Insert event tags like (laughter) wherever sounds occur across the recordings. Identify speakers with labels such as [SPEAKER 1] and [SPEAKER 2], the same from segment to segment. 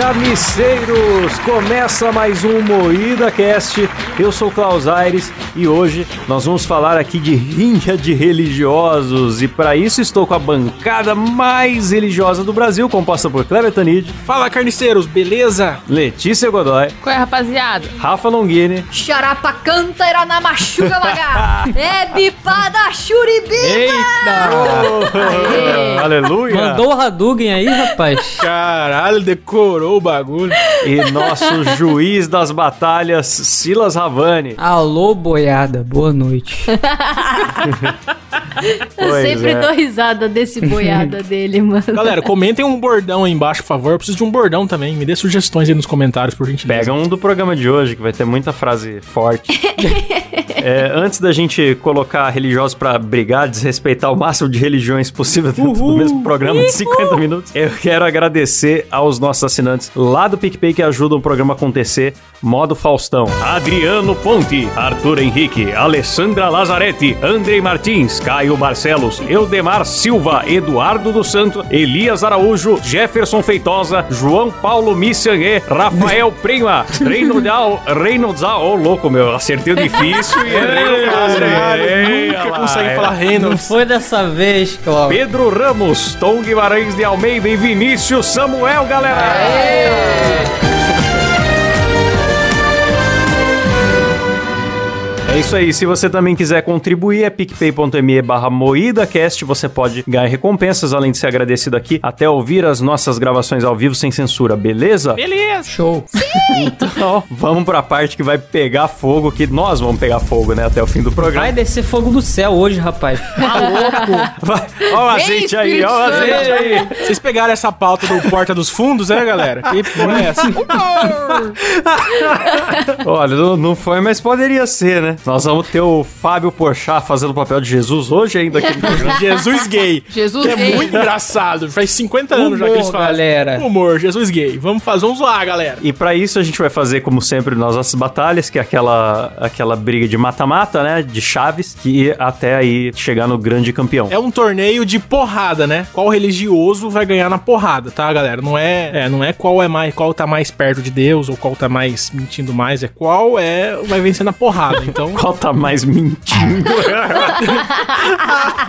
[SPEAKER 1] Carniceiros, começa mais um Moída Cast. Eu sou Klaus Aires e hoje nós vamos falar aqui de rinha de religiosos. E para isso estou com a bancada mais religiosa do Brasil, composta por Cleber Tanid,
[SPEAKER 2] Fala, carniceiros, beleza?
[SPEAKER 1] Letícia Godoy,
[SPEAKER 3] Qual é, rapaziada?
[SPEAKER 1] Rafa Longini.
[SPEAKER 4] Xarapa cântara na machuca
[SPEAKER 2] (laughs)
[SPEAKER 4] lagarta. É bipada churibiba.
[SPEAKER 5] Eita!
[SPEAKER 3] Aê.
[SPEAKER 1] Aleluia!
[SPEAKER 5] Mandou um o Hadouken aí, rapaz?
[SPEAKER 2] Caralho, decorou o bagulho.
[SPEAKER 1] E nosso juiz das batalhas, Silas Ravani.
[SPEAKER 5] Alô, boiada, boa noite.
[SPEAKER 3] Eu
[SPEAKER 1] Pois
[SPEAKER 3] sempre
[SPEAKER 1] é.
[SPEAKER 3] dou risada desse
[SPEAKER 2] (laughs)
[SPEAKER 3] boiada dele, mano.
[SPEAKER 2] Galera, comentem um bordão aí embaixo, por favor. Eu preciso de um bordão também. Me dê sugestões aí nos comentários, por gentileza.
[SPEAKER 1] Pega um do programa de hoje, que vai ter muita frase forte. É, antes da gente colocar religiosos pra brigar, desrespeitar o máximo de religiões possível dentro do mesmo programa de 50 minutos, eu quero agradecer aos nossos assinantes lá do PicPay que ajudam o programa a acontecer, modo Faustão. Adriano Ponte, Arthur Henrique, Alessandra Lazarete, Andrei Martins, Caio Barcelos, Eudemar Silva, Eduardo do Santo, Elias Araújo, Jefferson Feitosa, João Paulo Missanê, Rafael Prima,
[SPEAKER 2] (laughs)
[SPEAKER 1] Reinaldal, Reinaldal, ô louco meu, acertei o difícil
[SPEAKER 2] (laughs)
[SPEAKER 1] e errei o fácil. Ei, um olha
[SPEAKER 2] nunca
[SPEAKER 1] lá,
[SPEAKER 2] consegui
[SPEAKER 1] é.
[SPEAKER 2] falar
[SPEAKER 5] Não
[SPEAKER 2] Reynolds.
[SPEAKER 5] foi dessa vez, Cláudio.
[SPEAKER 1] Pedro Ramos, Tom Guimarães de Almeida e Vinícius Samuel, galera. É isso aí, se você também quiser contribuir, é picpay.me barra moídacast, você pode ganhar recompensas, além de ser agradecido aqui, até ouvir as nossas gravações ao vivo sem censura, beleza? (laughs)
[SPEAKER 2] Beleza.
[SPEAKER 5] Show.
[SPEAKER 1] Então, vamos pra parte que vai pegar fogo, que nós vamos pegar fogo, né, até o fim do
[SPEAKER 5] Vai
[SPEAKER 1] programa.
[SPEAKER 5] descer fogo do céu hoje, rapaz.
[SPEAKER 1] Vai, ó o azeite aí, ó o azeite aí.
[SPEAKER 2] Vocês pegaram essa pauta do Porta dos Fundos, né, galera? Que porra é essa?
[SPEAKER 1] Olha, não, não foi, mas poderia ser, né? Nós vamos ter o Fábio Porchat fazendo o papel de Jesus hoje ainda aqui
[SPEAKER 2] (laughs)
[SPEAKER 1] no programa.
[SPEAKER 2] Jesus gay.
[SPEAKER 3] Jesus
[SPEAKER 2] Que é
[SPEAKER 3] gay.
[SPEAKER 2] muito engraçado. Faz 50 anos já que eles
[SPEAKER 5] Humor,
[SPEAKER 2] fazem.
[SPEAKER 5] galera.
[SPEAKER 2] Humor, Jesus gay. Vamos fazer, vamos zoar, galera.
[SPEAKER 1] E pra isso a gente vai fazer, como sempre, nas nossas batalhas, que é aquela, aquela briga de mata-mata, né? De chaves, que até aí chegar no grande campeão.
[SPEAKER 2] É um torneio de porrada, né? Qual religioso vai ganhar na porrada, tá, galera? Não é, é, não é qual é mais, qual tá mais perto de Deus ou qual tá mais mentindo mais, é qual é vai vencer na porrada. (laughs) Então,
[SPEAKER 1] Qual tá mais
[SPEAKER 2] (laughs)
[SPEAKER 1] mentindo?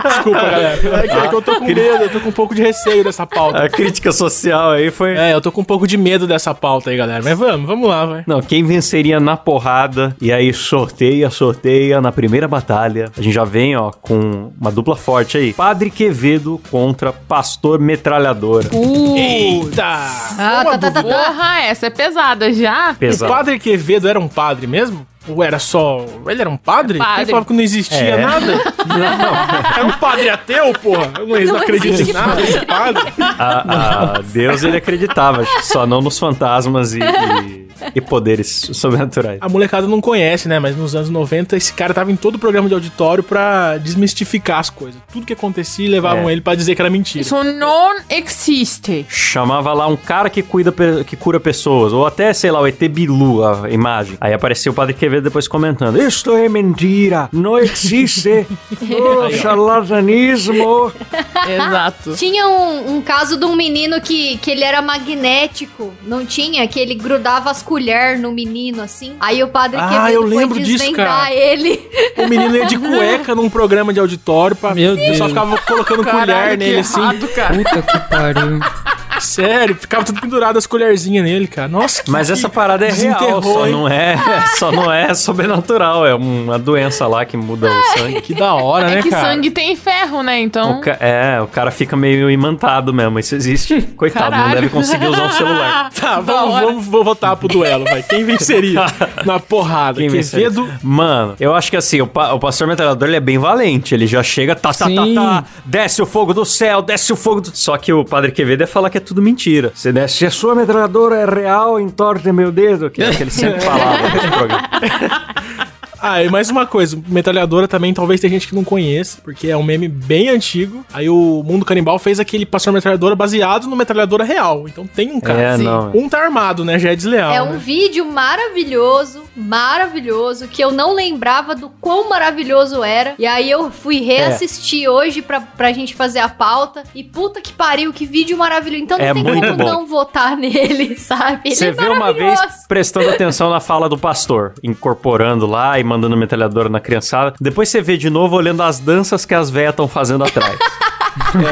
[SPEAKER 2] desculpa, galera. (laughs) É que, é que eu tô com medo, eu tô com um pouco de receio dessa pauta.
[SPEAKER 1] a crítica social aí foi.
[SPEAKER 2] É, eu tô com um pouco de medo dessa pauta aí, galera. Mas vamos, vamos lá, vai.
[SPEAKER 1] Não, quem venceria na porrada, e aí sorteia, sorteia, na primeira batalha, a gente já vem, ó, com uma dupla forte aí. Padre Quevedo contra Pastor Metralhadora.
[SPEAKER 2] Uh, Eita!
[SPEAKER 4] Ah, tá, tá, tá, tá.
[SPEAKER 3] Porra, essa é pesada já?
[SPEAKER 2] O
[SPEAKER 1] Pesado.
[SPEAKER 2] padre Quevedo era um padre mesmo? Ou era só. Ele era um padre?
[SPEAKER 3] Padre.
[SPEAKER 2] Ele falava que não existia
[SPEAKER 1] É. (laughs)
[SPEAKER 2] nada? Não. (laughs) Era um padre ateu, porra. Eu não, não acredito em
[SPEAKER 3] existe
[SPEAKER 2] nada, esse padre.
[SPEAKER 1] A, a Deus ele acreditava, só não nos fantasmas e, e- e poderes sobrenaturais.
[SPEAKER 2] A molecada não conhece, né? Mas nos anos 90, esse cara tava em todo programa de auditório pra desmistificar as coisas. Tudo que acontecia levavam
[SPEAKER 1] É.
[SPEAKER 2] ele pra dizer que era mentira.
[SPEAKER 3] Isso não
[SPEAKER 1] (laughs)
[SPEAKER 3] existe.
[SPEAKER 1] Chamava lá um cara que cuida pe- que cura pessoas, ou até, sei lá, o ET Bilu, a imagem. Aí apareceu o Padre Quevedo depois comentando: Isto é mentira, não
[SPEAKER 2] (laughs)
[SPEAKER 1] existe, oh, charlatanismo.
[SPEAKER 3] Exato.
[SPEAKER 4] Tinha um, um caso de um menino que, que ele era magnético, não tinha? Que ele grudava as colheres no menino, assim. Aí o padre
[SPEAKER 2] Ah,
[SPEAKER 4] Quevedo
[SPEAKER 2] eu
[SPEAKER 4] foi
[SPEAKER 2] lembro disso,
[SPEAKER 4] desvendar
[SPEAKER 2] cara.
[SPEAKER 4] ele.
[SPEAKER 2] O menino
[SPEAKER 3] (laughs)
[SPEAKER 2] ia de cueca num programa de auditório pra.
[SPEAKER 5] Meu
[SPEAKER 2] o
[SPEAKER 5] Deus.
[SPEAKER 2] pessoal ficava colocando colher nele assim.
[SPEAKER 3] cara.
[SPEAKER 5] Puta que pariu.
[SPEAKER 2] Sério, ficava tudo pendurado as colherzinhas nele, cara. Nossa, que.
[SPEAKER 1] Mas essa parada é real,
[SPEAKER 2] Desenterrou,
[SPEAKER 1] só
[SPEAKER 2] hein?
[SPEAKER 1] não é, só não é sobrenatural, é uma doença lá que muda o sangue.
[SPEAKER 2] Que da hora,
[SPEAKER 3] É
[SPEAKER 2] né,
[SPEAKER 3] que
[SPEAKER 2] cara?
[SPEAKER 3] sangue tem ferro,
[SPEAKER 1] O
[SPEAKER 3] né? Então.
[SPEAKER 1] ca- É, o cara fica meio imantado mesmo, isso existe. Coitado, não
[SPEAKER 3] Caralho.
[SPEAKER 1] deve conseguir usar um
[SPEAKER 2] (laughs)
[SPEAKER 1] celular.
[SPEAKER 2] Tá,
[SPEAKER 3] Da
[SPEAKER 2] vamos,
[SPEAKER 3] hora.
[SPEAKER 2] vamos, vou votar pro duelo, vai.
[SPEAKER 1] (laughs)
[SPEAKER 2] Quem venceria na porrada?
[SPEAKER 1] Tá. Quem venceria?
[SPEAKER 2] Quevedo.
[SPEAKER 1] Mano, eu acho que assim, o, pa- o pastor metralhador ele é bem valente. Ele já chega, tá, tá, tá,
[SPEAKER 5] Sim.
[SPEAKER 1] tá, desce o fogo do céu, desce o fogo do... Só que o padre Quevedo é falar que é tudo mentira. Se, desce, se a sua metralhadora é real, entorta meu dedo, que é o que ele sempre falava no programa.
[SPEAKER 2] Ah, e mais uma coisa, metralhadora também talvez tenha gente que não conheça, porque é um meme bem antigo. Aí o Mundo Canibal fez aquele pastor metralhadora baseado no metralhadora real. Então tem um cara.
[SPEAKER 1] É,
[SPEAKER 3] sim.
[SPEAKER 1] não.
[SPEAKER 2] Um tá armado, né? Já é desleal.
[SPEAKER 4] É um
[SPEAKER 2] né?
[SPEAKER 4] vídeo maravilhoso, maravilhoso, que eu não lembrava do quão maravilhoso era. E aí eu fui
[SPEAKER 1] É.
[SPEAKER 4] reassistir hoje pra, pra gente fazer a pauta. E puta que pariu, que vídeo maravilhoso. Então não
[SPEAKER 1] É
[SPEAKER 4] tem
[SPEAKER 1] muito
[SPEAKER 4] como
[SPEAKER 1] bom.
[SPEAKER 4] não votar (laughs) nele, sabe? Ele
[SPEAKER 1] Você
[SPEAKER 4] é
[SPEAKER 1] vê uma vez
[SPEAKER 4] maravilhoso.
[SPEAKER 1] prestando atenção na fala do pastor, incorporando lá e mandando metralhadora na criançada. Depois você vê de novo olhando as danças que as véias estão fazendo atrás. (laughs)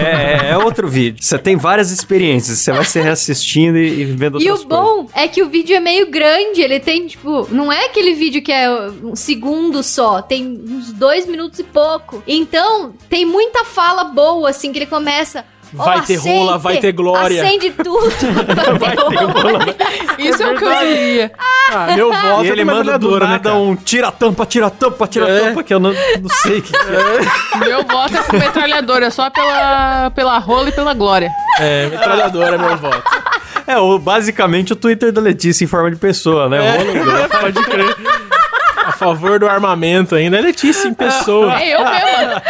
[SPEAKER 1] É, é outro vídeo. Você tem várias experiências. Você vai se reassistindo e, e vendo
[SPEAKER 4] E
[SPEAKER 1] outras coisas.
[SPEAKER 4] o bom é que o vídeo é meio grande, ele tem, tipo, não é aquele vídeo que é um segundo só, tem uns dois minutos e pouco. Então, tem muita fala boa, assim, que ele começa.
[SPEAKER 2] Vai
[SPEAKER 4] "Oh,
[SPEAKER 2] ter rola, vai ter glória."
[SPEAKER 4] Acende tudo.
[SPEAKER 2] (laughs)
[SPEAKER 4] vai ter rola.
[SPEAKER 3] Isso é o que eu diria.
[SPEAKER 2] Ah, meu voto
[SPEAKER 1] E
[SPEAKER 2] é
[SPEAKER 1] ele
[SPEAKER 2] do
[SPEAKER 1] manda do
[SPEAKER 2] metralhadora, né,
[SPEAKER 1] nada
[SPEAKER 2] cara?
[SPEAKER 1] um tira a tampa, tira a tampa, tira a
[SPEAKER 2] É.
[SPEAKER 1] tampa, que eu não, não sei o que, que é.
[SPEAKER 3] Meu voto é com metralhadora, só pela, pela rola e pela glória.
[SPEAKER 2] É, metralhadora é meu voto.
[SPEAKER 1] É, o, basicamente o Twitter da Letícia em forma de pessoa, né? O rolo- (laughs)
[SPEAKER 2] É, pode crer. A favor do armamento ainda. É Letícia em pessoa.
[SPEAKER 3] É eu
[SPEAKER 1] (laughs)
[SPEAKER 3] mesmo.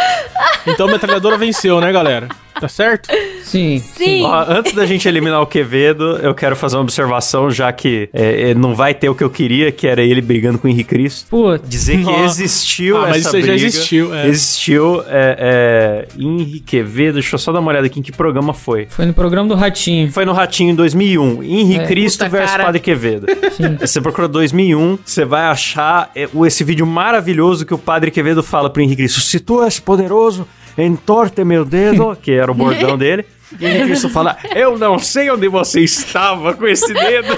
[SPEAKER 2] Então a metralhadora venceu, né, galera? Tá certo?
[SPEAKER 5] Sim.
[SPEAKER 4] Sim.
[SPEAKER 1] Ó, antes da gente eliminar o Quevedo, eu quero fazer uma observação, já que é, é, não vai ter o que eu queria, que era ele brigando com o Henrique Cristo.
[SPEAKER 5] Puta.
[SPEAKER 1] Dizer que
[SPEAKER 2] (laughs) Nossa.
[SPEAKER 1] existiu
[SPEAKER 2] Ah,
[SPEAKER 1] essa
[SPEAKER 2] mas isso aí já
[SPEAKER 1] briga.
[SPEAKER 2] existiu, é.
[SPEAKER 1] Existiu. É, é, Henrique Quevedo, deixa eu só dar uma olhada aqui em que programa foi.
[SPEAKER 5] Foi no programa do Ratinho.
[SPEAKER 1] Foi no Ratinho em 2001. Henrique
[SPEAKER 5] É.
[SPEAKER 1] um. Cristo
[SPEAKER 3] Puta,
[SPEAKER 1] versus
[SPEAKER 3] cara.
[SPEAKER 1] Padre Quevedo.
[SPEAKER 5] Sim.
[SPEAKER 1] (laughs) Você procura 2001, você vai achar é, o- esse vídeo maravilhoso que o Padre Quevedo fala pro Henrique Cristo. Se tu és poderoso, entorte meu
[SPEAKER 3] (laughs)
[SPEAKER 1] dedo, que era o bordão dele. E o Henrique Cristo fala, eu não sei onde você estava com esse
[SPEAKER 3] (laughs)
[SPEAKER 1] dedo.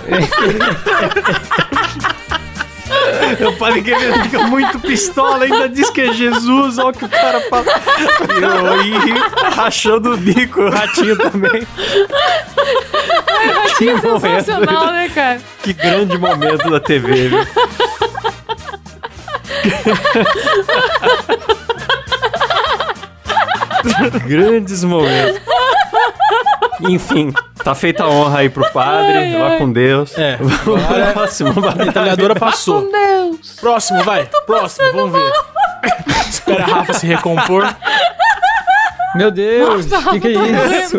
[SPEAKER 1] O padre Quevedo fica muito pistola, ainda diz que é Jesus, olha o que o cara fala. E o Henrique rachando o bico, o ratinho também. Que
[SPEAKER 3] é Sensacional, né, cara?
[SPEAKER 1] que grande momento da TV, viu? Grandes momentos. Enfim, tá feita a honra aí pro padre. vá com Deus. (laughs)
[SPEAKER 2] É.
[SPEAKER 1] Vamos pro próximo. vai.
[SPEAKER 2] Metralhadora passou.
[SPEAKER 3] Com Deus.
[SPEAKER 2] Próximo, vai. Próximo, vamos ver. (laughs) Espera a Rafa se recompor.
[SPEAKER 5] Meu Deus, o que, que é isso?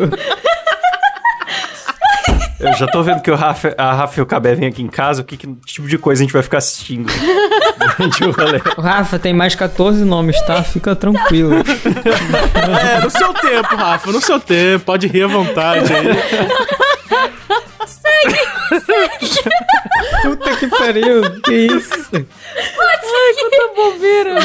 [SPEAKER 1] Eu já tô vendo que o Rafa, a Rafa e o Cabé vêm aqui em casa. O que, que tipo de coisa a gente vai ficar assistindo? Durante o rolê.
[SPEAKER 5] Rafa, tem mais 14 nomes, tá? Fica tranquilo.
[SPEAKER 2] É, no seu tempo, Rafa, no seu tempo. Pode rir à vontade aí.
[SPEAKER 5] Puta que pariu, que isso?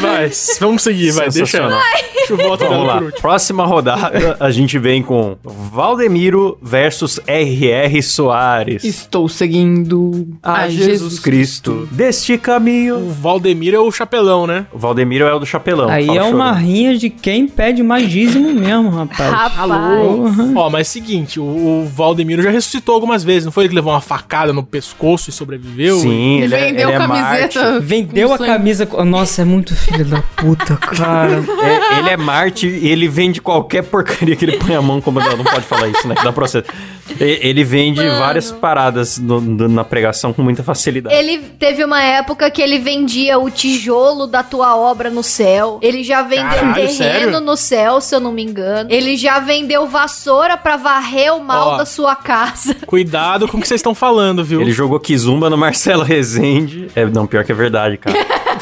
[SPEAKER 2] Vai, vamos seguir, vai. Deixa,
[SPEAKER 1] Sensacional.
[SPEAKER 2] deixa o
[SPEAKER 1] Vamos
[SPEAKER 2] voto dela
[SPEAKER 1] lá.
[SPEAKER 2] por último.
[SPEAKER 1] Próxima rodada, a gente vem com Valdemiro versus RR Soares.
[SPEAKER 3] Estou seguindo
[SPEAKER 1] a Jesus Cristo. Deste caminho.
[SPEAKER 2] O Valdemiro é o chapelão, né?
[SPEAKER 1] O Valdemiro é o do Chapelão.
[SPEAKER 5] Aí
[SPEAKER 1] fala
[SPEAKER 5] é uma
[SPEAKER 1] chorando.
[SPEAKER 5] rinha de quem pede mais dízimo mesmo, rapaz.
[SPEAKER 4] Rapaz.
[SPEAKER 5] Porra.
[SPEAKER 2] Ó, mas seguinte, o, o Valdemiro já ressuscitou algumas vezes, não foi ele que levou uma facada no pescoço e sobreviveu?
[SPEAKER 1] Sim, ele, é-
[SPEAKER 3] Vendeu
[SPEAKER 1] ele é Marte.
[SPEAKER 3] (laughs) camiseta.
[SPEAKER 5] Vendeu
[SPEAKER 3] com
[SPEAKER 5] a
[SPEAKER 3] sangue.
[SPEAKER 5] camisa. co- Nossa, é muito filho da puta, cara.
[SPEAKER 1] É, ele é Marte e ele vende qualquer porcaria que ele põe a mão como. Não, não pode falar isso, né? Que dá processo. E- Ele vende várias paradas no- no- na pregação com muita facilidade.
[SPEAKER 4] Ele teve uma época que ele vendia o tijolo da tua obra no céu. Ele já vendeu
[SPEAKER 2] Caralho,
[SPEAKER 4] terreno
[SPEAKER 2] sério?
[SPEAKER 4] no céu, se eu não me engano. Ele já vendeu vassoura pra varrer o mal
[SPEAKER 2] Ó.
[SPEAKER 4] da sua casa.
[SPEAKER 2] Cuidado com o que vocês estão falando, viu?
[SPEAKER 1] Ele jogou Kizumba no Marcelo Rezende. É, não, pior que é verdade, cara.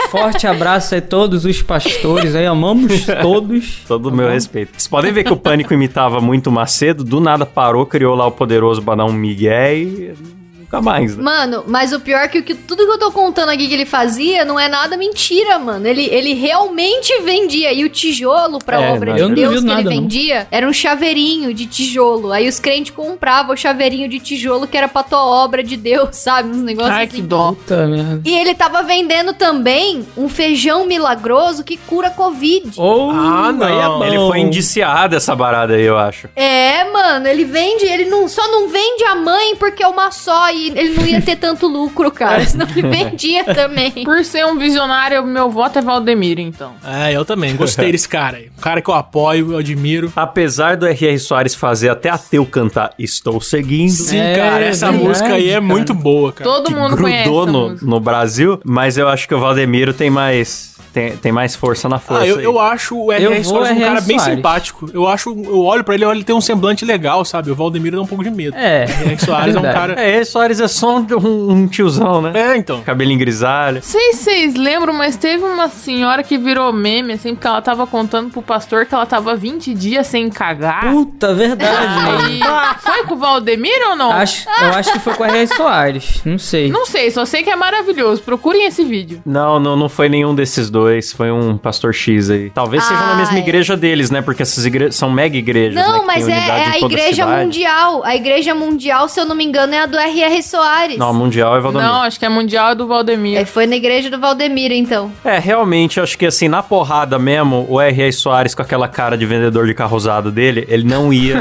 [SPEAKER 5] Forte abraço a todos os pastores aí, amamos todos.
[SPEAKER 1] (laughs) Todo o
[SPEAKER 5] Tá
[SPEAKER 1] meu
[SPEAKER 5] bom?
[SPEAKER 1] respeito. Vocês podem ver que o Pânico imitava muito o Macedo, do nada parou, criou lá o poderoso Banão Miguel e nunca mais, né?
[SPEAKER 4] Mano, mas o pior é que, o que tudo que eu tô contando aqui que ele fazia não é nada mentira, mano. Ele, ele realmente vendia. E o tijolo pra
[SPEAKER 1] É,
[SPEAKER 4] obra
[SPEAKER 1] não,
[SPEAKER 4] de
[SPEAKER 1] eu não
[SPEAKER 4] Deus que
[SPEAKER 5] duvido
[SPEAKER 4] ele
[SPEAKER 5] nada, não.
[SPEAKER 4] vendia era um chaveirinho de tijolo. Aí os crentes compravam o chaveirinho de tijolo que era pra tua obra de Deus, (laughs) sabe? Uns negócios
[SPEAKER 3] Ai, que
[SPEAKER 4] assim.
[SPEAKER 3] dó.
[SPEAKER 5] Puta merda.
[SPEAKER 4] E ele tava vendendo também um feijão milagroso que cura Covid.
[SPEAKER 5] Ou
[SPEAKER 2] Ah, não.
[SPEAKER 5] aí é bom.
[SPEAKER 1] Ele foi indiciado essa barada aí, eu acho.
[SPEAKER 4] É, mano, ele vende, ele não, só não vende a mãe porque é uma só e e ele não ia ter tanto lucro, cara. Senão ele vendia também.
[SPEAKER 3] Por ser um visionário, meu voto é Valdemiro, então.
[SPEAKER 2] É, eu também. Gostei desse cara aí. Um cara que eu apoio, eu admiro.
[SPEAKER 1] Apesar do R.R. Soares fazer até ateu cantar Estou Seguindo,
[SPEAKER 2] Sim,
[SPEAKER 5] É,
[SPEAKER 2] cara, essa
[SPEAKER 5] verdade,
[SPEAKER 2] música aí é
[SPEAKER 5] cara.
[SPEAKER 2] muito boa, cara.
[SPEAKER 3] Todo
[SPEAKER 1] que
[SPEAKER 3] mundo conhece.
[SPEAKER 1] grudou
[SPEAKER 3] essa
[SPEAKER 1] no,
[SPEAKER 3] música.
[SPEAKER 1] no Brasil, mas eu acho que o Valdemiro tem mais, tem, tem mais força na força.
[SPEAKER 2] Ah, eu,
[SPEAKER 1] aí.
[SPEAKER 2] eu acho o
[SPEAKER 5] Eu
[SPEAKER 2] R.R.
[SPEAKER 5] vou
[SPEAKER 2] Soares um
[SPEAKER 5] R.R.
[SPEAKER 2] cara bem
[SPEAKER 5] Soares.
[SPEAKER 2] simpático. Eu acho, eu olho pra ele, olha, ele tem um semblante legal, sabe? O Valdemiro dá um pouco de medo. (laughs)
[SPEAKER 5] É.
[SPEAKER 2] R.R. Soares é um
[SPEAKER 5] Verdade.
[SPEAKER 2] cara...
[SPEAKER 1] É, Soares é só um, um tiozão, né?
[SPEAKER 2] É, então.
[SPEAKER 1] Cabelinho grisalho.
[SPEAKER 3] Não sei se vocês lembram, mas teve uma senhora que virou meme, assim, porque ela tava contando pro pastor que ela tava 20 dias sem cagar.
[SPEAKER 5] Puta, verdade,
[SPEAKER 2] Ah,
[SPEAKER 5] mano.
[SPEAKER 3] Aí, Tá, foi com o Valdemiro ou não?
[SPEAKER 5] Acho, eu acho que foi com a R.R. Soares. Não sei.
[SPEAKER 3] Não sei, só sei que é maravilhoso. Procurem esse vídeo.
[SPEAKER 1] Não, não, não foi nenhum desses dois. Foi um pastor X aí. Talvez seja na
[SPEAKER 4] Ah,
[SPEAKER 1] mesma
[SPEAKER 4] é.
[SPEAKER 1] igreja deles, né? Porque essas igrejas são mega igrejas. né,
[SPEAKER 4] Não,
[SPEAKER 1] que
[SPEAKER 4] mas é,
[SPEAKER 1] tem
[SPEAKER 4] é
[SPEAKER 1] unidade em
[SPEAKER 4] a
[SPEAKER 1] toda
[SPEAKER 4] igreja
[SPEAKER 1] cidade.
[SPEAKER 4] mundial. A igreja mundial, se eu não me engano, é a do R.R. Soares.
[SPEAKER 1] Não, a mundial é Valdemiro.
[SPEAKER 3] Não, acho que é Mundial do Valdemiro.
[SPEAKER 4] É, foi na igreja do Valdemiro, então.
[SPEAKER 1] É, realmente, acho que assim, na porrada mesmo, o R.R. Soares com aquela cara de vendedor de carro usado dele, ele não ia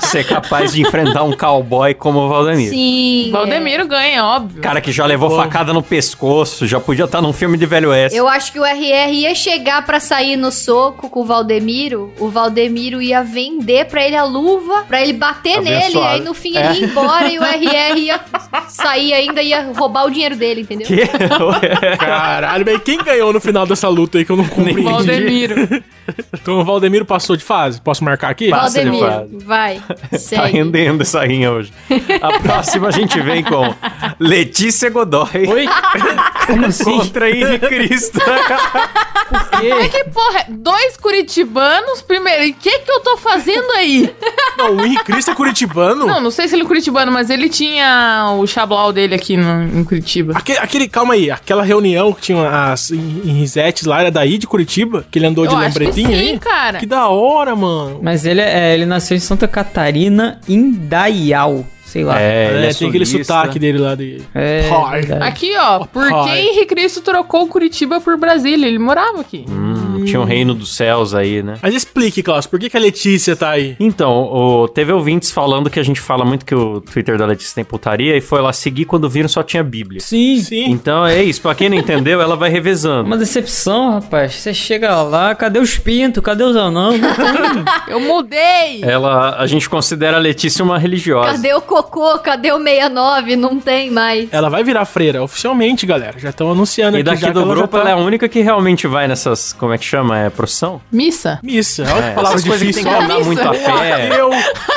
[SPEAKER 1] ser capaz de enfrentar um cowboy como o Valdemiro.
[SPEAKER 4] Sim. é.
[SPEAKER 3] Valdemiro ganha, óbvio.
[SPEAKER 1] Cara que já levou
[SPEAKER 2] Bom.
[SPEAKER 1] facada no pescoço, já podia estar num filme de velho
[SPEAKER 4] é.
[SPEAKER 1] oeste. (laughs)
[SPEAKER 4] Eu acho que o RR ia chegar pra sair no soco com o Valdemiro. O Valdemiro ia vender pra ele a luva, pra ele bater
[SPEAKER 1] Abençoado.
[SPEAKER 4] nele. E aí no fim
[SPEAKER 1] É.
[SPEAKER 4] ele ia embora e o RR ia sair ainda, ia roubar o dinheiro dele, entendeu?
[SPEAKER 1] Que? É, tá
[SPEAKER 2] Caralho, mas quem ganhou no final dessa luta aí que eu não compreendi?
[SPEAKER 3] Valdemiro.
[SPEAKER 2] Então o Valdemiro passou de fase? Posso marcar aqui?
[SPEAKER 1] Passa. de
[SPEAKER 4] Valdemiro,
[SPEAKER 1] fase.
[SPEAKER 4] vai.
[SPEAKER 1] tá
[SPEAKER 4] segue.
[SPEAKER 1] rendendo essa rinha hoje. A próxima a gente vem com Letícia Godoy
[SPEAKER 5] Oi? (laughs) Como assim?
[SPEAKER 1] contra Henri Cristo.
[SPEAKER 3] É que porra, é? dois curitibanos primeiro. E o que que eu tô fazendo aí?
[SPEAKER 2] Não, o Henrique Cristo é curitibano?
[SPEAKER 3] Não, não sei se ele é curitibano, mas ele tinha o xablau dele aqui no- em Curitiba.
[SPEAKER 2] Aquele, aquele- calma aí, aquela reunião que tinha as em em Risetes lá, era daí de Curitiba, que ele andou de
[SPEAKER 3] eu acho que
[SPEAKER 2] lambretinho
[SPEAKER 3] sim,
[SPEAKER 2] aí.
[SPEAKER 3] cara.
[SPEAKER 2] Que da hora, mano.
[SPEAKER 5] Mas ele, é, ele nasceu em Santa Catarina, Indaial. Sei lá.
[SPEAKER 1] É, ele
[SPEAKER 2] É, tem aquele
[SPEAKER 1] sulista.
[SPEAKER 2] sotaque dele lá de.
[SPEAKER 5] É,
[SPEAKER 2] Ai.
[SPEAKER 5] verdade.
[SPEAKER 3] Aqui, ó. Por que
[SPEAKER 2] Ai.
[SPEAKER 3] Henrique Cristo trocou Curitiba por Brasília? Ele morava aqui.
[SPEAKER 1] Hum, tinha um reino dos céus aí, né?
[SPEAKER 2] Mas explique, Klaus, por que, que a Letícia tá aí?
[SPEAKER 1] Então, o- teve ouvintes falando que a gente fala muito que o Twitter da Letícia tem putaria e foi lá seguir quando viram só tinha Bíblia.
[SPEAKER 5] Sim.
[SPEAKER 2] Sim.
[SPEAKER 1] Então é isso, pra quem não entendeu, ela vai revezando.
[SPEAKER 5] Uma decepção, rapaz. Você chega lá, cadê os pintos? Cadê
[SPEAKER 1] (laughs)
[SPEAKER 5] os anão?
[SPEAKER 3] Eu
[SPEAKER 2] É.
[SPEAKER 3] mudei!
[SPEAKER 1] Ela, a gente considera a Letícia uma religiosa.
[SPEAKER 4] Cadê o cocô? Cadê o 69? Não tem mais.
[SPEAKER 2] Ela vai virar freira, oficialmente, galera. Já estão anunciando
[SPEAKER 1] E
[SPEAKER 2] aqui já
[SPEAKER 1] daqui
[SPEAKER 2] que
[SPEAKER 1] do
[SPEAKER 2] ela já
[SPEAKER 1] grupo,
[SPEAKER 2] tá-
[SPEAKER 1] ela é a única que realmente vai nessas. Como é que chama? É profissão?
[SPEAKER 3] Missa.
[SPEAKER 2] Missa. Olha
[SPEAKER 1] É,
[SPEAKER 2] que palavra
[SPEAKER 1] essas coisas que tem que
[SPEAKER 2] difícil. ó.
[SPEAKER 1] andar muito a
[SPEAKER 2] O
[SPEAKER 1] pé.
[SPEAKER 2] ateu,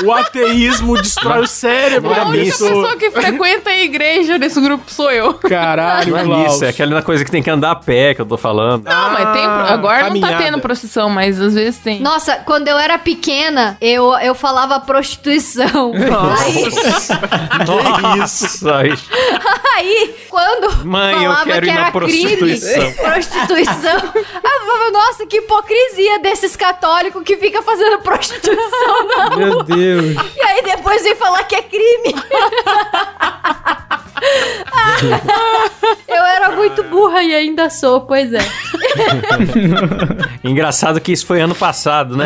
[SPEAKER 2] o ateísmo destrói o cérebro
[SPEAKER 1] Não é
[SPEAKER 2] da
[SPEAKER 3] A única
[SPEAKER 1] isso.
[SPEAKER 3] pessoa que frequenta a igreja desse grupo sou eu.
[SPEAKER 2] Caralho,
[SPEAKER 1] Não é
[SPEAKER 2] Klaus.
[SPEAKER 1] isso, é aquela coisa que tem que andar a pé que eu tô falando.
[SPEAKER 3] Não, mas tem.
[SPEAKER 2] Ah,
[SPEAKER 3] Agora não
[SPEAKER 2] caminhada.
[SPEAKER 3] tá tendo procissão, mas às vezes tem.
[SPEAKER 4] Nossa, quando eu era pequena, eu, eu falava prostituição. Aí,
[SPEAKER 2] Ah,
[SPEAKER 1] Nossa, isso.
[SPEAKER 4] aí, quando
[SPEAKER 1] Mãe, eu
[SPEAKER 4] falava
[SPEAKER 1] quero
[SPEAKER 4] que
[SPEAKER 1] ir na
[SPEAKER 4] era crime,
[SPEAKER 1] prostituição.
[SPEAKER 4] prostituição, aí eu falava, nossa, que hipocrisia desses católicos que fica fazendo prostituição. não."
[SPEAKER 5] Meu Deus.
[SPEAKER 4] E aí depois vem falar que é crime. eu era muito burra e ainda sou, pois é.
[SPEAKER 1] Engraçado que isso foi ano passado,
[SPEAKER 2] (laughs)
[SPEAKER 1] né?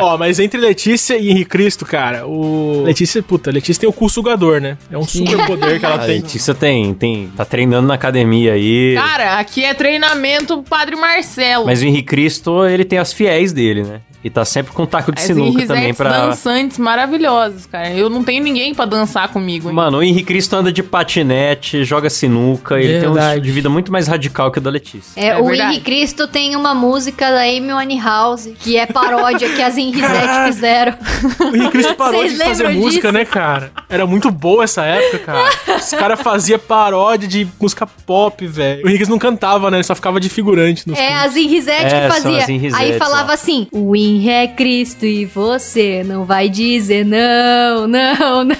[SPEAKER 2] Ó, mas entre Letícia e Henrique Cristo, cara, o. Letícia, puta, Letícia tem o cu sugador, né? É um
[SPEAKER 5] Sim.
[SPEAKER 2] super poder que
[SPEAKER 1] A
[SPEAKER 2] ela tem.
[SPEAKER 1] Letícia tem, tem, tá treinando na academia aí.
[SPEAKER 3] Cara, aqui é treinamento pro Padre Marcelo.
[SPEAKER 1] Mas o Henrique Cristo, ele tem as fiéis dele, né? E tá sempre com um taco de
[SPEAKER 3] As
[SPEAKER 1] sinuca
[SPEAKER 3] Henrisetes
[SPEAKER 1] também pra.
[SPEAKER 3] dançantes maravilhosos, cara. Eu não tenho ninguém pra dançar comigo, hein?
[SPEAKER 1] Mano, o Henrique Cristo anda de patinete, joga sinuca, ele tem um
[SPEAKER 5] Verdade.
[SPEAKER 1] estilo de vida muito mais radical que o da Letícia.
[SPEAKER 4] É,
[SPEAKER 3] É
[SPEAKER 4] o
[SPEAKER 3] verdade.
[SPEAKER 4] Henri Cristo tem uma música da Amy Winehouse, que é paródia que as Henrisette fizeram.
[SPEAKER 2] O Henrique Cristo parou
[SPEAKER 4] Vocês
[SPEAKER 2] de fazer
[SPEAKER 4] lembram
[SPEAKER 2] música,
[SPEAKER 4] disso?
[SPEAKER 2] né, cara? Era muito boa essa época, cara. Os caras faziam paródia de música pop, velho. O Henrique Cristo não cantava, né? Ele só ficava de figurante nos
[SPEAKER 4] É, as Henrisette
[SPEAKER 1] É,
[SPEAKER 4] que
[SPEAKER 1] são
[SPEAKER 4] fazia.
[SPEAKER 1] as Henrisettes,
[SPEAKER 4] Aí falava
[SPEAKER 1] ó.
[SPEAKER 4] assim: o Henri é Cristo e você não vai dizer não, não,
[SPEAKER 1] (laughs)
[SPEAKER 4] não.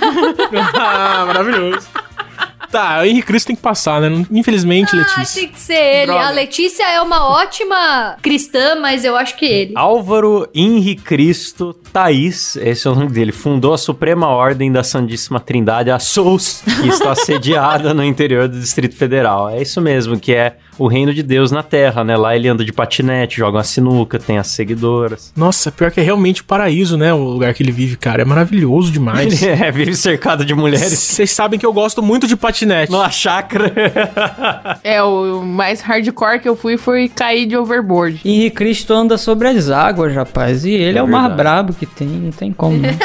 [SPEAKER 2] Ah, maravilhoso. Tá, o Henrique Cristo tem que passar, né? Não-
[SPEAKER 4] Ah,
[SPEAKER 2] Infelizmente, Letícia.
[SPEAKER 4] tem que ser ele.
[SPEAKER 3] Droga.
[SPEAKER 4] A Letícia é uma ótima cristã, mas eu acho que ele.
[SPEAKER 1] Álvaro Henrique Cristo Thaís, esse é o nome dele, fundou a Suprema Ordem da Santíssima Trindade, a SOUS, que está sediada no interior do Distrito Federal. É isso mesmo, que é o reino de Deus na Terra, né? Lá ele anda de patinete, joga uma sinuca, tem as seguidoras.
[SPEAKER 2] Nossa, pior que é realmente o paraíso, né? O lugar que ele vive, cara. É maravilhoso demais.
[SPEAKER 1] Ele (laughs) é, Ah, vive cercado de mulheres
[SPEAKER 2] Vocês sabem que eu gosto muito de patinete.
[SPEAKER 1] numa chácara.
[SPEAKER 3] É, o mais hardcore que eu fui foi cair de overboard.
[SPEAKER 5] E Cristo anda sobre as águas, rapaz. E ele é,
[SPEAKER 1] É
[SPEAKER 5] o mais
[SPEAKER 1] verdade.
[SPEAKER 5] brabo que tem, não tem como.
[SPEAKER 3] (laughs)
[SPEAKER 5] né?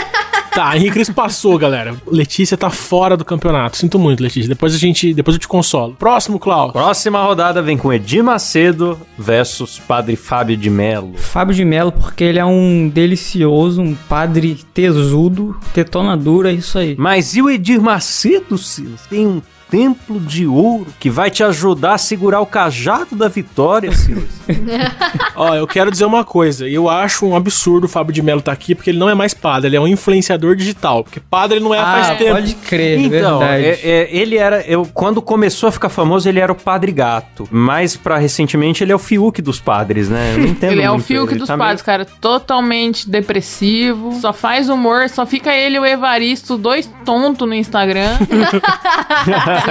[SPEAKER 2] Tá, Henrique Cris passou, galera. Letícia tá fora do campeonato. Sinto muito, Letícia. Depois a gente. Depois eu te consolo. Próximo, Clau.
[SPEAKER 1] (laughs) Próxima rodada vem com Edir Macedo versus Padre Fábio de Melo.
[SPEAKER 5] Fábio de Melo, porque ele é um delicioso, um padre tesudo, tetona dura, é isso aí.
[SPEAKER 1] Mas e o Edir Macedo, Silas? Tem um templo de ouro que vai te ajudar a segurar o cajado da vitória,
[SPEAKER 2] (laughs)
[SPEAKER 1] Silas.
[SPEAKER 2] Ó, eu quero dizer uma coisa. Eu acho um absurdo o Fábio de Mello tá aqui, porque ele não é mais padre, ele é um influenciador digital. Porque padre ele não é faz tempo.
[SPEAKER 5] pode crer,
[SPEAKER 1] então,
[SPEAKER 5] verdade.
[SPEAKER 1] é- é, ele era. Eu, quando começou a ficar famoso, ele era o Padre Gato. Mas pra recentemente, ele é o Fiuk dos padres, né? Eu não entendo
[SPEAKER 3] Ele é o
[SPEAKER 1] muito
[SPEAKER 3] Fiuk
[SPEAKER 1] ele
[SPEAKER 3] dos
[SPEAKER 1] tá meio-
[SPEAKER 3] padres, cara. Totalmente depressivo. Só faz humor. Só fica ele e o Evaristo, dois tontos
[SPEAKER 1] (laughs)
[SPEAKER 3] no Instagram.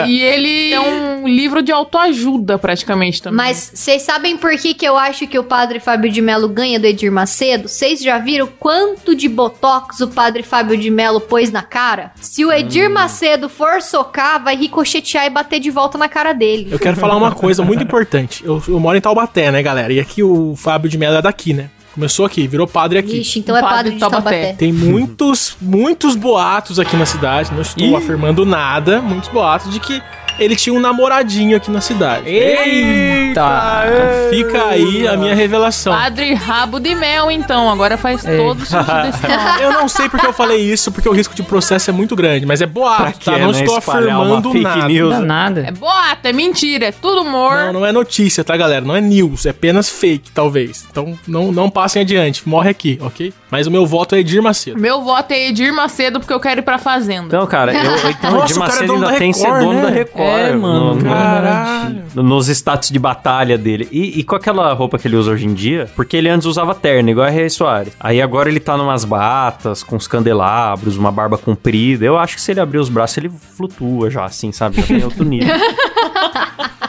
[SPEAKER 3] e ele é um livro de autoajuda, praticamente, também.
[SPEAKER 4] Mas vocês sabem por que, que eu acho que o padre Fábio de Melo ganha do Edir Macedo? Vocês já viram quanto de botox o padre Fábio de Melo pôs na cara? Se o
[SPEAKER 1] Hum.
[SPEAKER 4] Edir Macedo for socar, vai ricochetear e bater de volta na cara dele.
[SPEAKER 2] Eu quero falar uma coisa muito importante. Eu, eu moro em Taubaté, né, galera? E aqui o Fábio de Mello é daqui, né? Começou aqui, virou padre aqui.
[SPEAKER 4] Vixe, então é
[SPEAKER 3] Padre
[SPEAKER 4] padre de
[SPEAKER 3] Taubaté.
[SPEAKER 4] Taubaté.
[SPEAKER 2] Tem muitos, muitos boatos aqui na cidade. Não estou
[SPEAKER 5] Ih.
[SPEAKER 2] afirmando nada. Muitos boatos de que ele tinha um namoradinho aqui na cidade.
[SPEAKER 1] é,
[SPEAKER 2] É,
[SPEAKER 5] Eita!
[SPEAKER 2] Fica aí a minha revelação.
[SPEAKER 3] Padre Rabo de Mel, então. Agora faz
[SPEAKER 5] É.
[SPEAKER 3] todo sentido esse
[SPEAKER 1] (laughs)
[SPEAKER 3] nome.
[SPEAKER 2] Eu não sei porque eu falei isso, porque o risco de processo é muito grande, mas é
[SPEAKER 1] Pra
[SPEAKER 2] boato,
[SPEAKER 1] quê,
[SPEAKER 2] tá? Não
[SPEAKER 1] né?
[SPEAKER 2] estou
[SPEAKER 1] Espalhar uma
[SPEAKER 2] afirmando
[SPEAKER 1] fake
[SPEAKER 2] nada.
[SPEAKER 5] Não
[SPEAKER 1] news.
[SPEAKER 5] dá
[SPEAKER 3] É
[SPEAKER 5] nada.
[SPEAKER 3] boato, é mentira, é tudo humor.
[SPEAKER 2] Não, não é notícia, tá, galera? Não é news, é apenas fake, talvez. Então não, não passem adiante, morre aqui, ok? Mas o meu voto é Edir Macedo.
[SPEAKER 3] Meu voto é Edir Macedo, porque eu quero ir pra Fazenda.
[SPEAKER 1] Então, cara,
[SPEAKER 2] (laughs)
[SPEAKER 1] eu, então
[SPEAKER 2] Nossa,
[SPEAKER 1] o Edir
[SPEAKER 2] o cara é
[SPEAKER 1] Macedo
[SPEAKER 2] dono
[SPEAKER 1] ainda
[SPEAKER 2] da
[SPEAKER 1] tem que ser
[SPEAKER 2] Record,
[SPEAKER 1] dono
[SPEAKER 2] né?
[SPEAKER 1] da Record.
[SPEAKER 5] É, mano,
[SPEAKER 1] no- no-
[SPEAKER 2] Caralho.
[SPEAKER 1] nos status de batalha dele. E, e com aquela roupa que ele usa hoje em dia, porque ele antes usava terno, igual a Rei Soares. Aí agora ele tá numas batas, com os candelabros, uma barba comprida. Eu acho que se ele abrir os braços, ele flutua já, assim, sabe? Já tem outro
[SPEAKER 2] (laughs)
[SPEAKER 1] nível.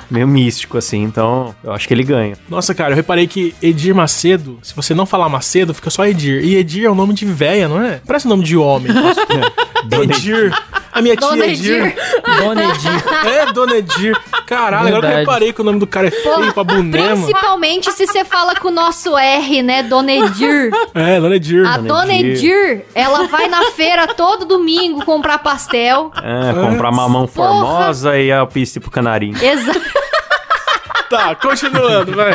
[SPEAKER 1] Meio místico, assim, então eu acho que ele ganha.
[SPEAKER 2] (laughs) Nossa, cara, eu reparei que Edir Macedo, se você não falar Macedo, fica só Edir. E Edir é o nome de véia, não é? Parece nome de (laughs) homem. Edir. A minha tia
[SPEAKER 4] Dona
[SPEAKER 2] Edir.
[SPEAKER 4] Edir.
[SPEAKER 5] Dona Edir.
[SPEAKER 2] É, Dona Edir. Caralho, agora que eu
[SPEAKER 5] Verdade.
[SPEAKER 2] reparei que o nome do cara é feio pra boné, mano.
[SPEAKER 4] Principalmente se você fala com o nosso R, né, Dona Edir.
[SPEAKER 2] É, Dona Edir.
[SPEAKER 4] A Dona Edir, ela vai na feira todo domingo comprar pastel.
[SPEAKER 1] É, comprar mamão formosa e a pista pro canarinho.
[SPEAKER 4] Exato.
[SPEAKER 2] Tá, continuando, (laughs) vai.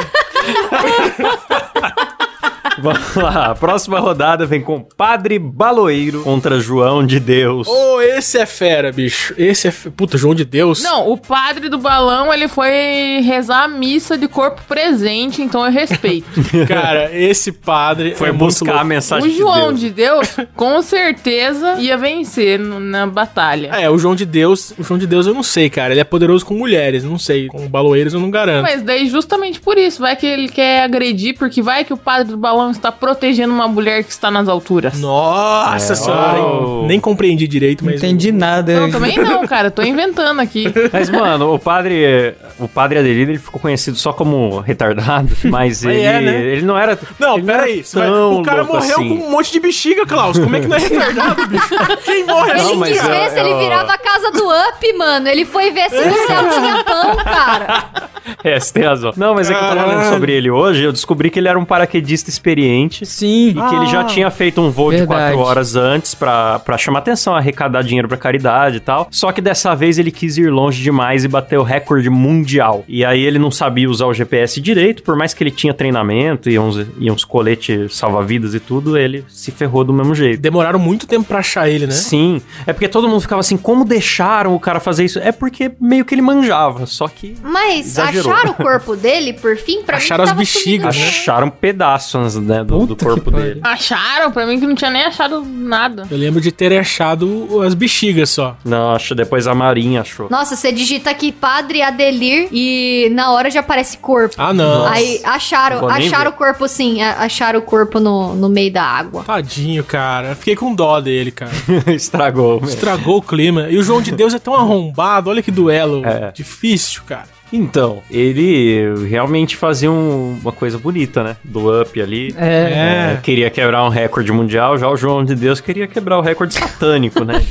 [SPEAKER 1] Vamos lá, a próxima rodada vem com Padre Baloeiro contra João de Deus.
[SPEAKER 2] Ô, esse é fera, bicho. Esse é. fe- Puta, João de Deus.
[SPEAKER 3] Não, o padre do balão, ele foi rezar a missa de corpo presente, então eu respeito.
[SPEAKER 2] (laughs) Cara, esse padre.
[SPEAKER 1] Foi
[SPEAKER 2] é muito
[SPEAKER 1] buscar a
[SPEAKER 2] louco.
[SPEAKER 1] mensagem
[SPEAKER 3] o João
[SPEAKER 1] de Deus.
[SPEAKER 3] de Deus, com certeza, ia vencer no- na batalha.
[SPEAKER 2] É, o João de Deus. O João de Deus eu não sei, cara. Ele é poderoso com mulheres, não sei. Com baloeiros eu não
[SPEAKER 1] É.
[SPEAKER 2] garanto.
[SPEAKER 3] Mas daí, justamente por isso, vai que ele quer agredir, porque vai que o padre do balão está protegendo uma mulher que está nas alturas.
[SPEAKER 2] Nossa
[SPEAKER 1] É,
[SPEAKER 2] senhora.
[SPEAKER 1] ó.
[SPEAKER 2] hein? Nem compreendi direito,
[SPEAKER 5] Não
[SPEAKER 2] mas.
[SPEAKER 5] entendi nada.
[SPEAKER 3] Não, é? também não, cara, eu tô inventando aqui.
[SPEAKER 1] (laughs) Mas, mano, o padre. O padre Adelino ele ficou conhecido só como retardado, (laughs) mas ele,
[SPEAKER 2] é, né?
[SPEAKER 1] ele não era.
[SPEAKER 2] Não,
[SPEAKER 1] ele era
[SPEAKER 2] peraí. você vai-
[SPEAKER 1] tão
[SPEAKER 2] O cara
[SPEAKER 1] louco
[SPEAKER 2] morreu
[SPEAKER 1] assim.
[SPEAKER 2] com um monte de bexiga, Klaus. Como é que não é retardado, (laughs) bicho? Quem morre
[SPEAKER 4] Ele
[SPEAKER 1] Não,
[SPEAKER 2] assim?
[SPEAKER 1] mas
[SPEAKER 4] quis ver
[SPEAKER 1] eu-
[SPEAKER 4] se ele
[SPEAKER 1] eu-
[SPEAKER 4] virava a casa do Up, mano. Ele foi ver se no céu tinha pão, cara.
[SPEAKER 1] (laughs) É, você tem razão. Não, mas é que eu tava lendo
[SPEAKER 2] Caralho.
[SPEAKER 1] sobre ele hoje, eu descobri que ele era um paraquedista experiente.
[SPEAKER 5] Sim.
[SPEAKER 1] E que ele já tinha feito um voo
[SPEAKER 5] Ah, Verdade.
[SPEAKER 1] de quatro horas antes pra, pra chamar atenção, arrecadar dinheiro pra caridade e tal. Só que dessa vez ele quis ir longe demais e bateu o recorde mundial. E aí ele não sabia usar o GPS direito, por mais que ele tinha treinamento e uns, e uns coletes salva-vidas e tudo, ele se ferrou do mesmo jeito.
[SPEAKER 2] Demoraram muito tempo pra achar ele, né?
[SPEAKER 1] Sim, é porque todo mundo ficava assim, como deixaram o cara fazer isso? É porque meio que ele manjava, só que
[SPEAKER 4] Mas
[SPEAKER 1] Exagerou.
[SPEAKER 4] acharam o corpo dele, por fim, pra
[SPEAKER 2] Acharam
[SPEAKER 4] mim
[SPEAKER 2] as
[SPEAKER 4] tava
[SPEAKER 2] bexigas,
[SPEAKER 4] sumido.
[SPEAKER 1] acharam pedaços, né, do,
[SPEAKER 5] Né? Puta
[SPEAKER 1] do
[SPEAKER 5] que
[SPEAKER 1] corpo
[SPEAKER 5] pariu.
[SPEAKER 1] dele.
[SPEAKER 3] Acharam? Pra mim que não tinha nem achado nada.
[SPEAKER 2] Eu lembro de ter achado as bexigas só.
[SPEAKER 1] Não, acho, depois a Marinha achou. (laughs)
[SPEAKER 4] Nossa, você digita aqui Padre Adelir e na hora já aparece corpo.
[SPEAKER 2] Ah, não.
[SPEAKER 4] Aí acharam,
[SPEAKER 1] Vou nem
[SPEAKER 4] acharam o corpo sim, a- acharam o corpo no, no meio da água.
[SPEAKER 2] Tadinho, cara. Eu Fiquei com dó dele, cara.
[SPEAKER 1] Estragou. mesmo.
[SPEAKER 2] Estragou o clima. E o João de Deus é tão arrombado. Olha que duelo
[SPEAKER 1] É.
[SPEAKER 2] difícil, cara.
[SPEAKER 1] Então, ele realmente fazia um- uma coisa bonita, né? Do up ali.
[SPEAKER 5] É.
[SPEAKER 1] É, queria quebrar um recorde mundial, já o João de Deus queria quebrar o recorde satânico, né?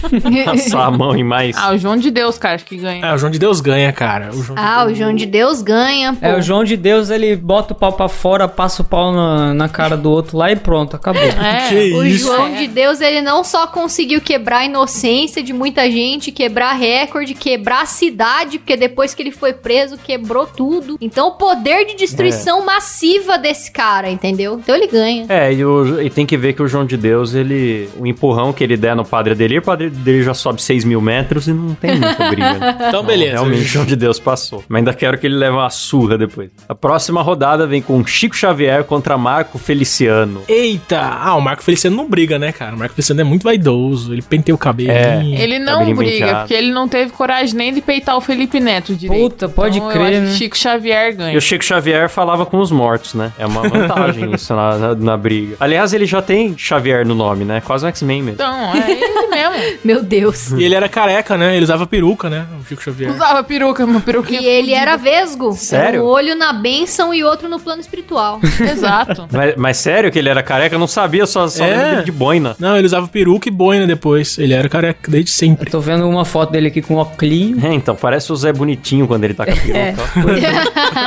[SPEAKER 1] Passar a mão em mais.
[SPEAKER 3] Ah, o João de Deus, cara, acho que ganha.
[SPEAKER 2] É, o João de Deus ganha, cara. O João de
[SPEAKER 4] Ah, o
[SPEAKER 2] Deus-
[SPEAKER 4] João de Deus ganha, pô.
[SPEAKER 5] É, o João de Deus, ele bota o pau pra fora, passa o pau na, na cara do outro lá e pronto, acabou.
[SPEAKER 3] É.
[SPEAKER 2] Que
[SPEAKER 4] O
[SPEAKER 2] isso?
[SPEAKER 4] João
[SPEAKER 3] É.
[SPEAKER 4] de Deus, ele não só conseguiu quebrar a inocência de muita gente, quebrar recorde, quebrar a cidade, porque depois que ele foi preso, quebrou tudo. Então, o poder de destruição massiva desse cara, entendeu? Então, ele ganha.
[SPEAKER 1] É, e, o- e tem que ver que o João de Deus, ele. O empurrão que ele der no padre Adelir, o padre Adelir já sobe 6 mil metros e não tem muita briga. né?
[SPEAKER 2] Então, beleza.
[SPEAKER 1] Realmente, o João de Deus passou. Mas ainda quero que ele leve uma surra depois. A próxima rodada vem com Chico Xavier contra Marco Feliciano.
[SPEAKER 2] Eita! Ah, o Marco Feliciano não briga, né, cara? O Marco Feliciano é muito vaidoso. Ele penteia o cabelo.
[SPEAKER 1] É.
[SPEAKER 3] Ele não
[SPEAKER 1] bem
[SPEAKER 3] briga,
[SPEAKER 1] penteado.
[SPEAKER 3] porque ele não teve coragem nem de peitar o Felipe Neto direito.
[SPEAKER 5] Puta, pode
[SPEAKER 3] Então, eu
[SPEAKER 5] crer,
[SPEAKER 3] acho que
[SPEAKER 5] né?
[SPEAKER 3] Chico Xavier ganha.
[SPEAKER 1] E o Chico Xavier falava com os mortos, né? É uma
[SPEAKER 4] (laughs)
[SPEAKER 1] vantagem isso na, na- na briga. Aliás, ele já tem Xavier no nome, né? Quase um X-Men mesmo.
[SPEAKER 3] Então, é ele mesmo.
[SPEAKER 4] Meu Deus.
[SPEAKER 2] E ele era careca, né? Ele usava peruca, né? O Chico Xavier.
[SPEAKER 3] Usava peruca, uma peruquinha.
[SPEAKER 4] E ele era vesgo.
[SPEAKER 1] Sério?
[SPEAKER 4] Era Um olho na bênção e outro no plano espiritual. (laughs)
[SPEAKER 3] Exato.
[SPEAKER 1] Mas, mas sério que ele era careca? Eu não sabia, só, só
[SPEAKER 2] É.
[SPEAKER 1] lembro dele de boina.
[SPEAKER 2] Não, ele usava peruca e boina depois. Ele era careca desde
[SPEAKER 5] Eu (laughs)
[SPEAKER 2] sempre.
[SPEAKER 5] tô vendo uma foto dele aqui com o óculos.
[SPEAKER 1] É, então, parece o Zé Bonitinho quando ele tá com a
[SPEAKER 4] É.
[SPEAKER 1] peruca. ó.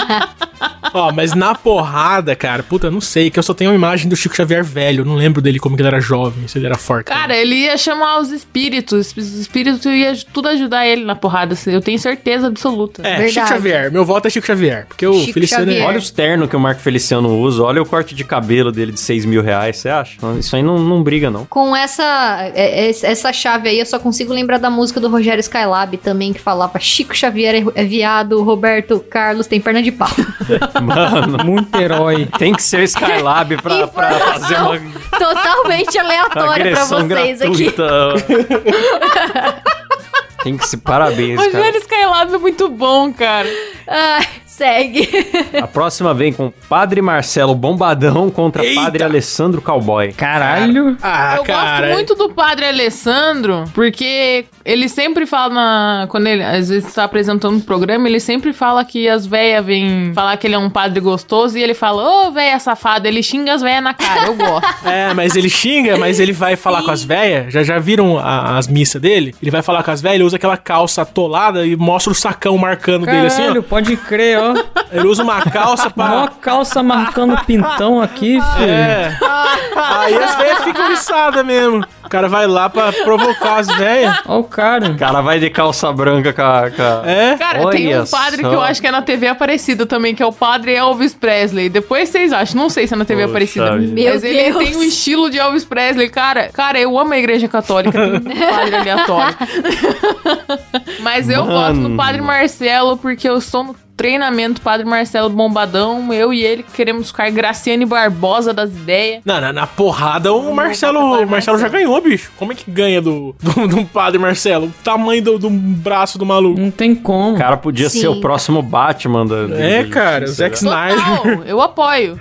[SPEAKER 2] Ó, mas na porrada, cara, puta, não sei, que eu só tenho uma imagem do Chico Xavier velho. Eu não lembro dele como que ele era jovem, se ele era forte.
[SPEAKER 3] Cara, ele ia chamar os espíritos. Os espíritos iam tudo ajudar ele na porrada. assim, Eu tenho certeza absoluta.
[SPEAKER 2] É,
[SPEAKER 4] Verdade.
[SPEAKER 2] Chico Xavier. Meu voto é Chico Xavier. Porque o
[SPEAKER 4] Chico
[SPEAKER 2] Feliciano
[SPEAKER 4] Xavier.
[SPEAKER 2] é.
[SPEAKER 1] Olha os ternos que o Marco Feliciano usa, olha o corte de cabelo dele de 6 mil reais, você acha? Isso aí não, não briga,
[SPEAKER 4] (laughs)
[SPEAKER 1] não.
[SPEAKER 4] Com essa, é- é- essa chave aí, eu só consigo lembrar da música do Rogério Skylab também, que falava Chico Xavier é- é viado, Roberto Carlos tem perna de pau.
[SPEAKER 1] Mano,
[SPEAKER 5] Muito herói.
[SPEAKER 1] tem que ser o Skylab pra, pra fazer uma (laughs)
[SPEAKER 4] Totalmente aleatória pra
[SPEAKER 1] agressão
[SPEAKER 4] vocês aqui. (laughs)
[SPEAKER 1] gratuita. tem que se parabéns,
[SPEAKER 3] O
[SPEAKER 1] cara.
[SPEAKER 3] Jânio Skylab é muito bom, cara.
[SPEAKER 4] Ah, segue.
[SPEAKER 1] A próxima vem com Padre Marcelo Bombadão contra
[SPEAKER 2] Eita!
[SPEAKER 1] Padre Alessandro Cowboy.
[SPEAKER 5] Caralho.
[SPEAKER 2] Ah,
[SPEAKER 3] eu
[SPEAKER 2] cara.
[SPEAKER 3] gosto muito do padre Alessandro, porque ele sempre fala, na- quando ele às vezes tá apresentando o programa, ele sempre fala que as véias vêm falar que ele é um padre gostoso e ele fala, ô véia safada, ele xinga as véias na cara, eu (laughs) gosto.
[SPEAKER 2] É, mas ele xinga, mas ele vai falar com as velhas. Já, já viram a- as missas dele? Ele vai falar com as velhas, ele usa aquela calça atolada e mostra o sacão marcando dele assim,
[SPEAKER 5] Caralho,
[SPEAKER 2] ó.
[SPEAKER 5] pode crer,
[SPEAKER 2] (laughs)
[SPEAKER 5] ó.
[SPEAKER 2] Ele usa uma calça
[SPEAKER 5] Mó
[SPEAKER 2] pra.
[SPEAKER 5] calça marcando pintão aqui, filho.
[SPEAKER 2] É. Aí as velhas ficam liçadas mesmo. O cara vai lá pra provocar as velhas.
[SPEAKER 5] Ó o cara.
[SPEAKER 1] O cara vai de calça branca com a. com a-
[SPEAKER 2] É.
[SPEAKER 3] Cara, tem
[SPEAKER 1] Olha
[SPEAKER 3] um padre
[SPEAKER 1] só.
[SPEAKER 3] que eu acho que é na TV Aparecida também, que é o padre Elvis Presley. Depois vocês acham, não sei se é na TV
[SPEAKER 1] Poxa
[SPEAKER 3] Aparecida.
[SPEAKER 1] vida.
[SPEAKER 4] Meu
[SPEAKER 3] mas ele
[SPEAKER 4] Deus.
[SPEAKER 3] tem um estilo de Elvis Presley, cara. Cara, eu amo a igreja católica, tem
[SPEAKER 4] (laughs)
[SPEAKER 3] um padre aleatório. (laughs) mas eu
[SPEAKER 1] Mano.
[SPEAKER 3] voto no padre Marcelo, porque eu sou no treinamento padre Marcelo Bombadão. Eu e ele queremos ficar Graciane Barbosa das ideias.
[SPEAKER 2] Na, na, na porrada, o Marcelo, o Marcelo já ganhou, bicho. Como é que ganha do, do, do padre Marcelo? O tamanho do, do braço do maluco.
[SPEAKER 5] Não tem como.
[SPEAKER 1] O cara podia
[SPEAKER 4] Sim.
[SPEAKER 1] ser o próximo Batman da. da-
[SPEAKER 2] É,
[SPEAKER 1] da-
[SPEAKER 2] cara, o Zack Snyder.
[SPEAKER 3] Total, eu apoio.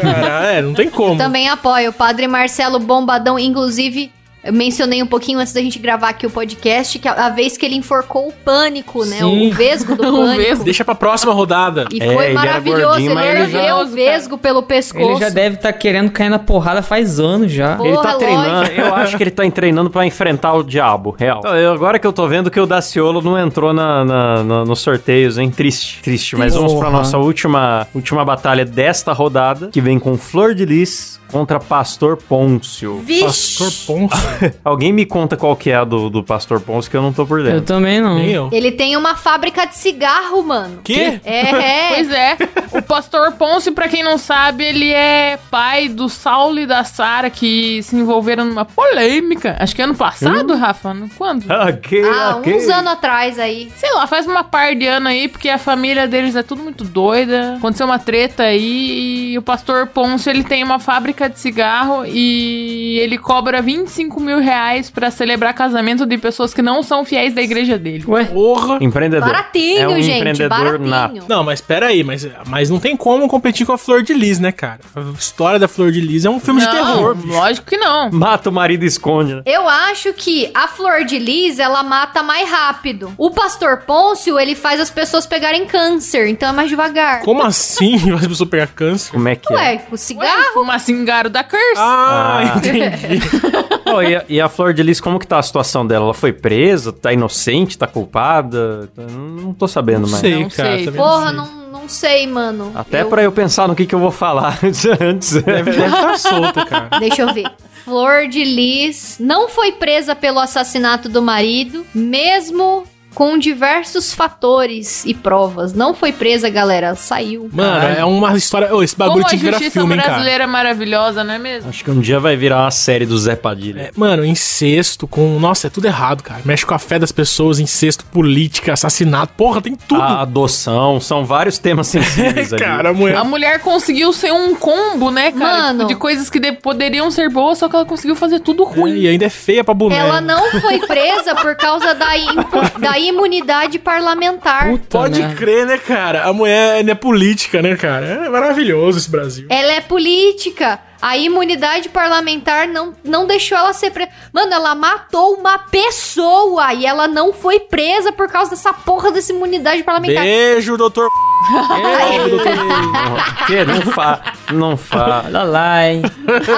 [SPEAKER 2] Cara, é, não tem como.
[SPEAKER 4] Também apoio o Padre Marcelo Bombadão, inclusive. Eu mencionei um pouquinho antes da gente gravar aqui o podcast que a, a vez que ele enforcou o pânico, né?
[SPEAKER 5] Sim.
[SPEAKER 4] O vesgo do
[SPEAKER 3] (laughs) O
[SPEAKER 4] pânico.
[SPEAKER 3] vesgo.
[SPEAKER 2] Deixa pra próxima rodada.
[SPEAKER 4] E
[SPEAKER 1] É, ele
[SPEAKER 4] foi
[SPEAKER 1] era
[SPEAKER 4] maravilhoso.
[SPEAKER 1] gordinho,
[SPEAKER 4] Ele
[SPEAKER 1] mas ele
[SPEAKER 4] ergueu
[SPEAKER 3] já-
[SPEAKER 4] o vesgo pelo pescoço.
[SPEAKER 5] Ele já deve estar querendo cair na porrada faz anos já.
[SPEAKER 4] Pô.
[SPEAKER 1] Ele
[SPEAKER 4] Porra,
[SPEAKER 1] tá treinando,
[SPEAKER 4] lógico.
[SPEAKER 1] eu acho que ele tá treinando pra enfrentar o diabo, real. Então, eu- agora que eu tô vendo que o Daciolo não entrou na, na- na- nos sorteios, hein? Triste, triste. Mas vamos pra
[SPEAKER 5] Porra.
[SPEAKER 1] nossa última, última batalha desta rodada, que vem com Flor de Lis contra Pastor Pôncio.
[SPEAKER 4] Vixe!
[SPEAKER 2] Pastor Ponço.
[SPEAKER 1] Alguém me conta qual que é a do, do Pastor Pôncio, que eu não tô por
[SPEAKER 5] Eu
[SPEAKER 1] dentro.
[SPEAKER 5] também não.
[SPEAKER 2] Nem eu.
[SPEAKER 4] Ele tem uma fábrica de cigarro, mano.
[SPEAKER 2] Que?
[SPEAKER 1] (laughs)
[SPEAKER 4] É, é.
[SPEAKER 3] Pois é. O pastor Ponce, pra quem não sabe, ele é pai do Saulo e da Sara que se envolveram numa polêmica. Acho que ano passado,
[SPEAKER 2] Hum?
[SPEAKER 3] Rafa? No- Quando?
[SPEAKER 1] (laughs) Ok,
[SPEAKER 4] Ah,
[SPEAKER 1] ok.
[SPEAKER 4] uns anos atrás aí.
[SPEAKER 3] Sei lá, faz uma par de ano aí, porque a família deles é tudo muito doida. Aconteceu uma treta aí e o pastor Ponce, ele tem uma fábrica de cigarro e ele cobra 25 mil reais pra celebrar casamento de pessoas que não são fiéis da igreja dele.
[SPEAKER 5] Ué?
[SPEAKER 2] Porra.
[SPEAKER 1] Empreendedor.
[SPEAKER 4] Baratinho,
[SPEAKER 1] é um
[SPEAKER 4] gente.
[SPEAKER 1] empreendedor
[SPEAKER 4] Baratinho.
[SPEAKER 1] nato.
[SPEAKER 2] Não, mas pera aí, mas, mas não tem como competir com a Flor de Lis, né, cara? A história da Flor de Lis é um filme de terror. bicho.
[SPEAKER 3] Lógico que não.
[SPEAKER 1] Mata o marido e esconde, né?
[SPEAKER 4] Eu acho que a Flor de Lis, ela mata mais rápido. O Pastor Pôncio, ele faz as pessoas pegarem câncer, então é mais devagar.
[SPEAKER 2] Como assim (laughs) as pessoas pegar câncer?
[SPEAKER 1] Como é que é?
[SPEAKER 4] Ué, o cigarro?
[SPEAKER 3] Fuma cingaro da Curse.
[SPEAKER 2] Ah,
[SPEAKER 1] Ah.
[SPEAKER 2] entendi.
[SPEAKER 1] Ó, e, a, e a Flor de Lis, como que tá a situação dela? Ela foi presa? Tá inocente? Tá culpada? Tá- Não tô sabendo
[SPEAKER 2] Não
[SPEAKER 1] mais.
[SPEAKER 2] sei,
[SPEAKER 3] Não
[SPEAKER 2] cara.
[SPEAKER 3] sei.
[SPEAKER 2] também
[SPEAKER 4] Porra,
[SPEAKER 2] sei.
[SPEAKER 4] não, não sei, mano.
[SPEAKER 1] Até
[SPEAKER 4] eu...
[SPEAKER 1] pra eu pensar no que, que eu vou falar (laughs) antes.
[SPEAKER 2] É, Deve estar solto, cara.
[SPEAKER 4] (laughs) Deixa eu ver. Flor de Lis não foi presa pelo assassinato do marido, mesmo com diversos fatores e provas. Não foi presa, galera. Saiu.
[SPEAKER 2] Mano,
[SPEAKER 1] Caralho.
[SPEAKER 2] é uma história. Ô, esse bagulho
[SPEAKER 3] Como a
[SPEAKER 2] tinha que virar
[SPEAKER 3] justiça
[SPEAKER 2] filme, hein, cara.
[SPEAKER 3] brasileira é maravilhosa, não é mesmo?
[SPEAKER 1] Acho que um dia vai virar uma série do Zé Padilha.
[SPEAKER 2] É, mano, incesto com. Nossa, é tudo errado, cara. Mexe com a fé das pessoas, incesto, política, assassinato. Porra, tem tudo. né,
[SPEAKER 1] A adoção, são vários temas
[SPEAKER 2] (laughs)
[SPEAKER 1] sensíveis Ah, ali.
[SPEAKER 2] cara, a mulher.
[SPEAKER 3] A mulher conseguiu ser um combo, né, cara?
[SPEAKER 4] Mano.
[SPEAKER 3] Tipo, De coisas que de- poderiam ser boas, só que ela conseguiu fazer tudo ruim.
[SPEAKER 2] E ainda é feia pra boneca.
[SPEAKER 4] Ela não foi presa por causa da, impu- da imunidade parlamentar.
[SPEAKER 5] Puta,
[SPEAKER 2] Pode
[SPEAKER 5] merda.
[SPEAKER 2] crer, né, cara? A mulher não é política, né, cara? É maravilhoso esse Brasil.
[SPEAKER 4] Ela é política. A imunidade parlamentar não, não deixou ela ser presa. Mano, ela matou uma pessoa e ela não foi presa por causa dessa porra dessa imunidade parlamentar.
[SPEAKER 2] Beijo, doutor.
[SPEAKER 5] É.
[SPEAKER 1] (laughs) Que? Não fa... Não fa...
[SPEAKER 5] Olha lá, hein?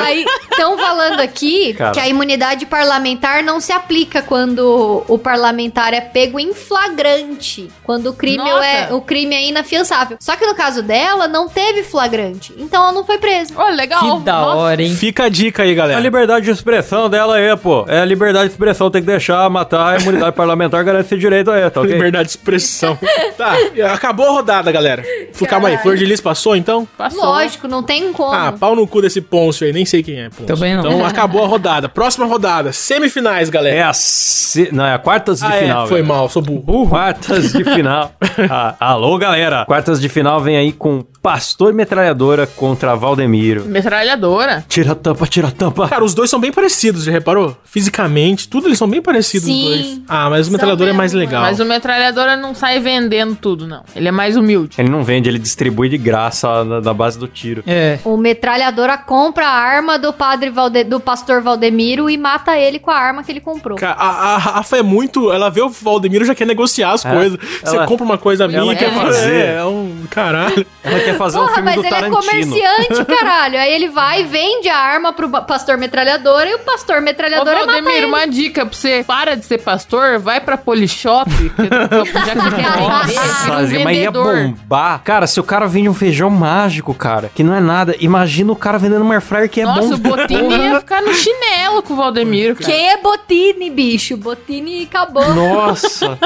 [SPEAKER 4] Aí estão falando aqui
[SPEAKER 1] Cara.
[SPEAKER 4] que a imunidade parlamentar não se aplica quando o parlamentar é pego em flagrante, quando o crime
[SPEAKER 3] Nossa.
[SPEAKER 4] é o crime é inafiançável. Só que no caso dela não teve flagrante, então ela não foi presa.
[SPEAKER 3] Ó, legal.
[SPEAKER 5] Que da
[SPEAKER 3] Nossa.
[SPEAKER 5] hora, hein?
[SPEAKER 2] Fica a dica aí,
[SPEAKER 1] A
[SPEAKER 2] galera.
[SPEAKER 1] liberdade de expressão dela aí, pô. É a liberdade de expressão, tem que deixar matar a imunidade (laughs) parlamentar, garante esse direito aí, tá ok?
[SPEAKER 2] Liberdade de
[SPEAKER 1] (laughs)
[SPEAKER 2] expressão. tá, acabou a rodada, galera. Calma aí,
[SPEAKER 4] Caralho.
[SPEAKER 2] Flor de Lis passou então?
[SPEAKER 3] Passou.
[SPEAKER 4] Lógico, não tem como.
[SPEAKER 2] Ah, pau no cu desse Pôncio aí, nem sei quem é. Pôncio.
[SPEAKER 5] Também não.
[SPEAKER 2] Então acabou a rodada. Próxima rodada, semifinais, galera.
[SPEAKER 1] É a... se- Não, é a quartas de
[SPEAKER 2] Ah,
[SPEAKER 1] final.
[SPEAKER 2] foi
[SPEAKER 1] velho.
[SPEAKER 2] mal, sou (laughs) burro.
[SPEAKER 1] Quartas de final. Ah, alô, galera. Quartas de final vem aí com Pastor Metralhadora contra Valdemiro.
[SPEAKER 3] Metralhadora.
[SPEAKER 1] Tira a tampa, tira a tampa.
[SPEAKER 2] Cara, os dois são bem parecidos, já reparou? Fisicamente, tudo eles são bem parecidos
[SPEAKER 4] Sim.
[SPEAKER 2] os dois. Ah, mas o metralhador é mais
[SPEAKER 4] mesmo,
[SPEAKER 2] legal.
[SPEAKER 3] Mas o metralhadora não sai vendendo tudo, não. Ele é mais humilde.
[SPEAKER 1] Ele não vende, ele distribui de graça na, na base do tiro.
[SPEAKER 5] É.
[SPEAKER 4] O metralhadora compra a arma do padre Valde... do pastor Valdemiro e mata ele com a arma que ele comprou.
[SPEAKER 2] Ca- A, a Rafa é muito. Ela vê o Valdemiro e já quer negociar as coisas. Você
[SPEAKER 1] ela-
[SPEAKER 2] compra uma coisa minha,
[SPEAKER 1] ela quer
[SPEAKER 2] é,
[SPEAKER 1] fazer.
[SPEAKER 2] É, é um caralho.
[SPEAKER 1] Ela quer fazer um
[SPEAKER 4] Porra,
[SPEAKER 1] filme
[SPEAKER 4] mas
[SPEAKER 1] do
[SPEAKER 4] ele é
[SPEAKER 1] Tarantino.
[SPEAKER 4] comerciante, caralho. Aí ele vai, vende a arma pro ba- pastor metralhadora e o pastor
[SPEAKER 3] Ô,
[SPEAKER 4] metralhadora mata ele.
[SPEAKER 3] Valdemiro, uma dica pra você. Para de ser pastor, vai pra Polishop. que é já que quer
[SPEAKER 4] (laughs)
[SPEAKER 1] Nossa,
[SPEAKER 3] vender, vira um
[SPEAKER 1] mas é ia
[SPEAKER 3] vendedor.
[SPEAKER 1] bombar. Cara, se o cara vende um feijão mágico, cara, que não é nada, imagina o cara vendendo um air fryer que é
[SPEAKER 3] Nossa,
[SPEAKER 1] bom.
[SPEAKER 3] o Botini ia ficar no chinelo com o Valdemiro, cara.
[SPEAKER 4] Que é Botini, bicho? Botini
[SPEAKER 1] (laughs)
[SPEAKER 3] (laughs)
[SPEAKER 4] acabou.
[SPEAKER 1] Nossa.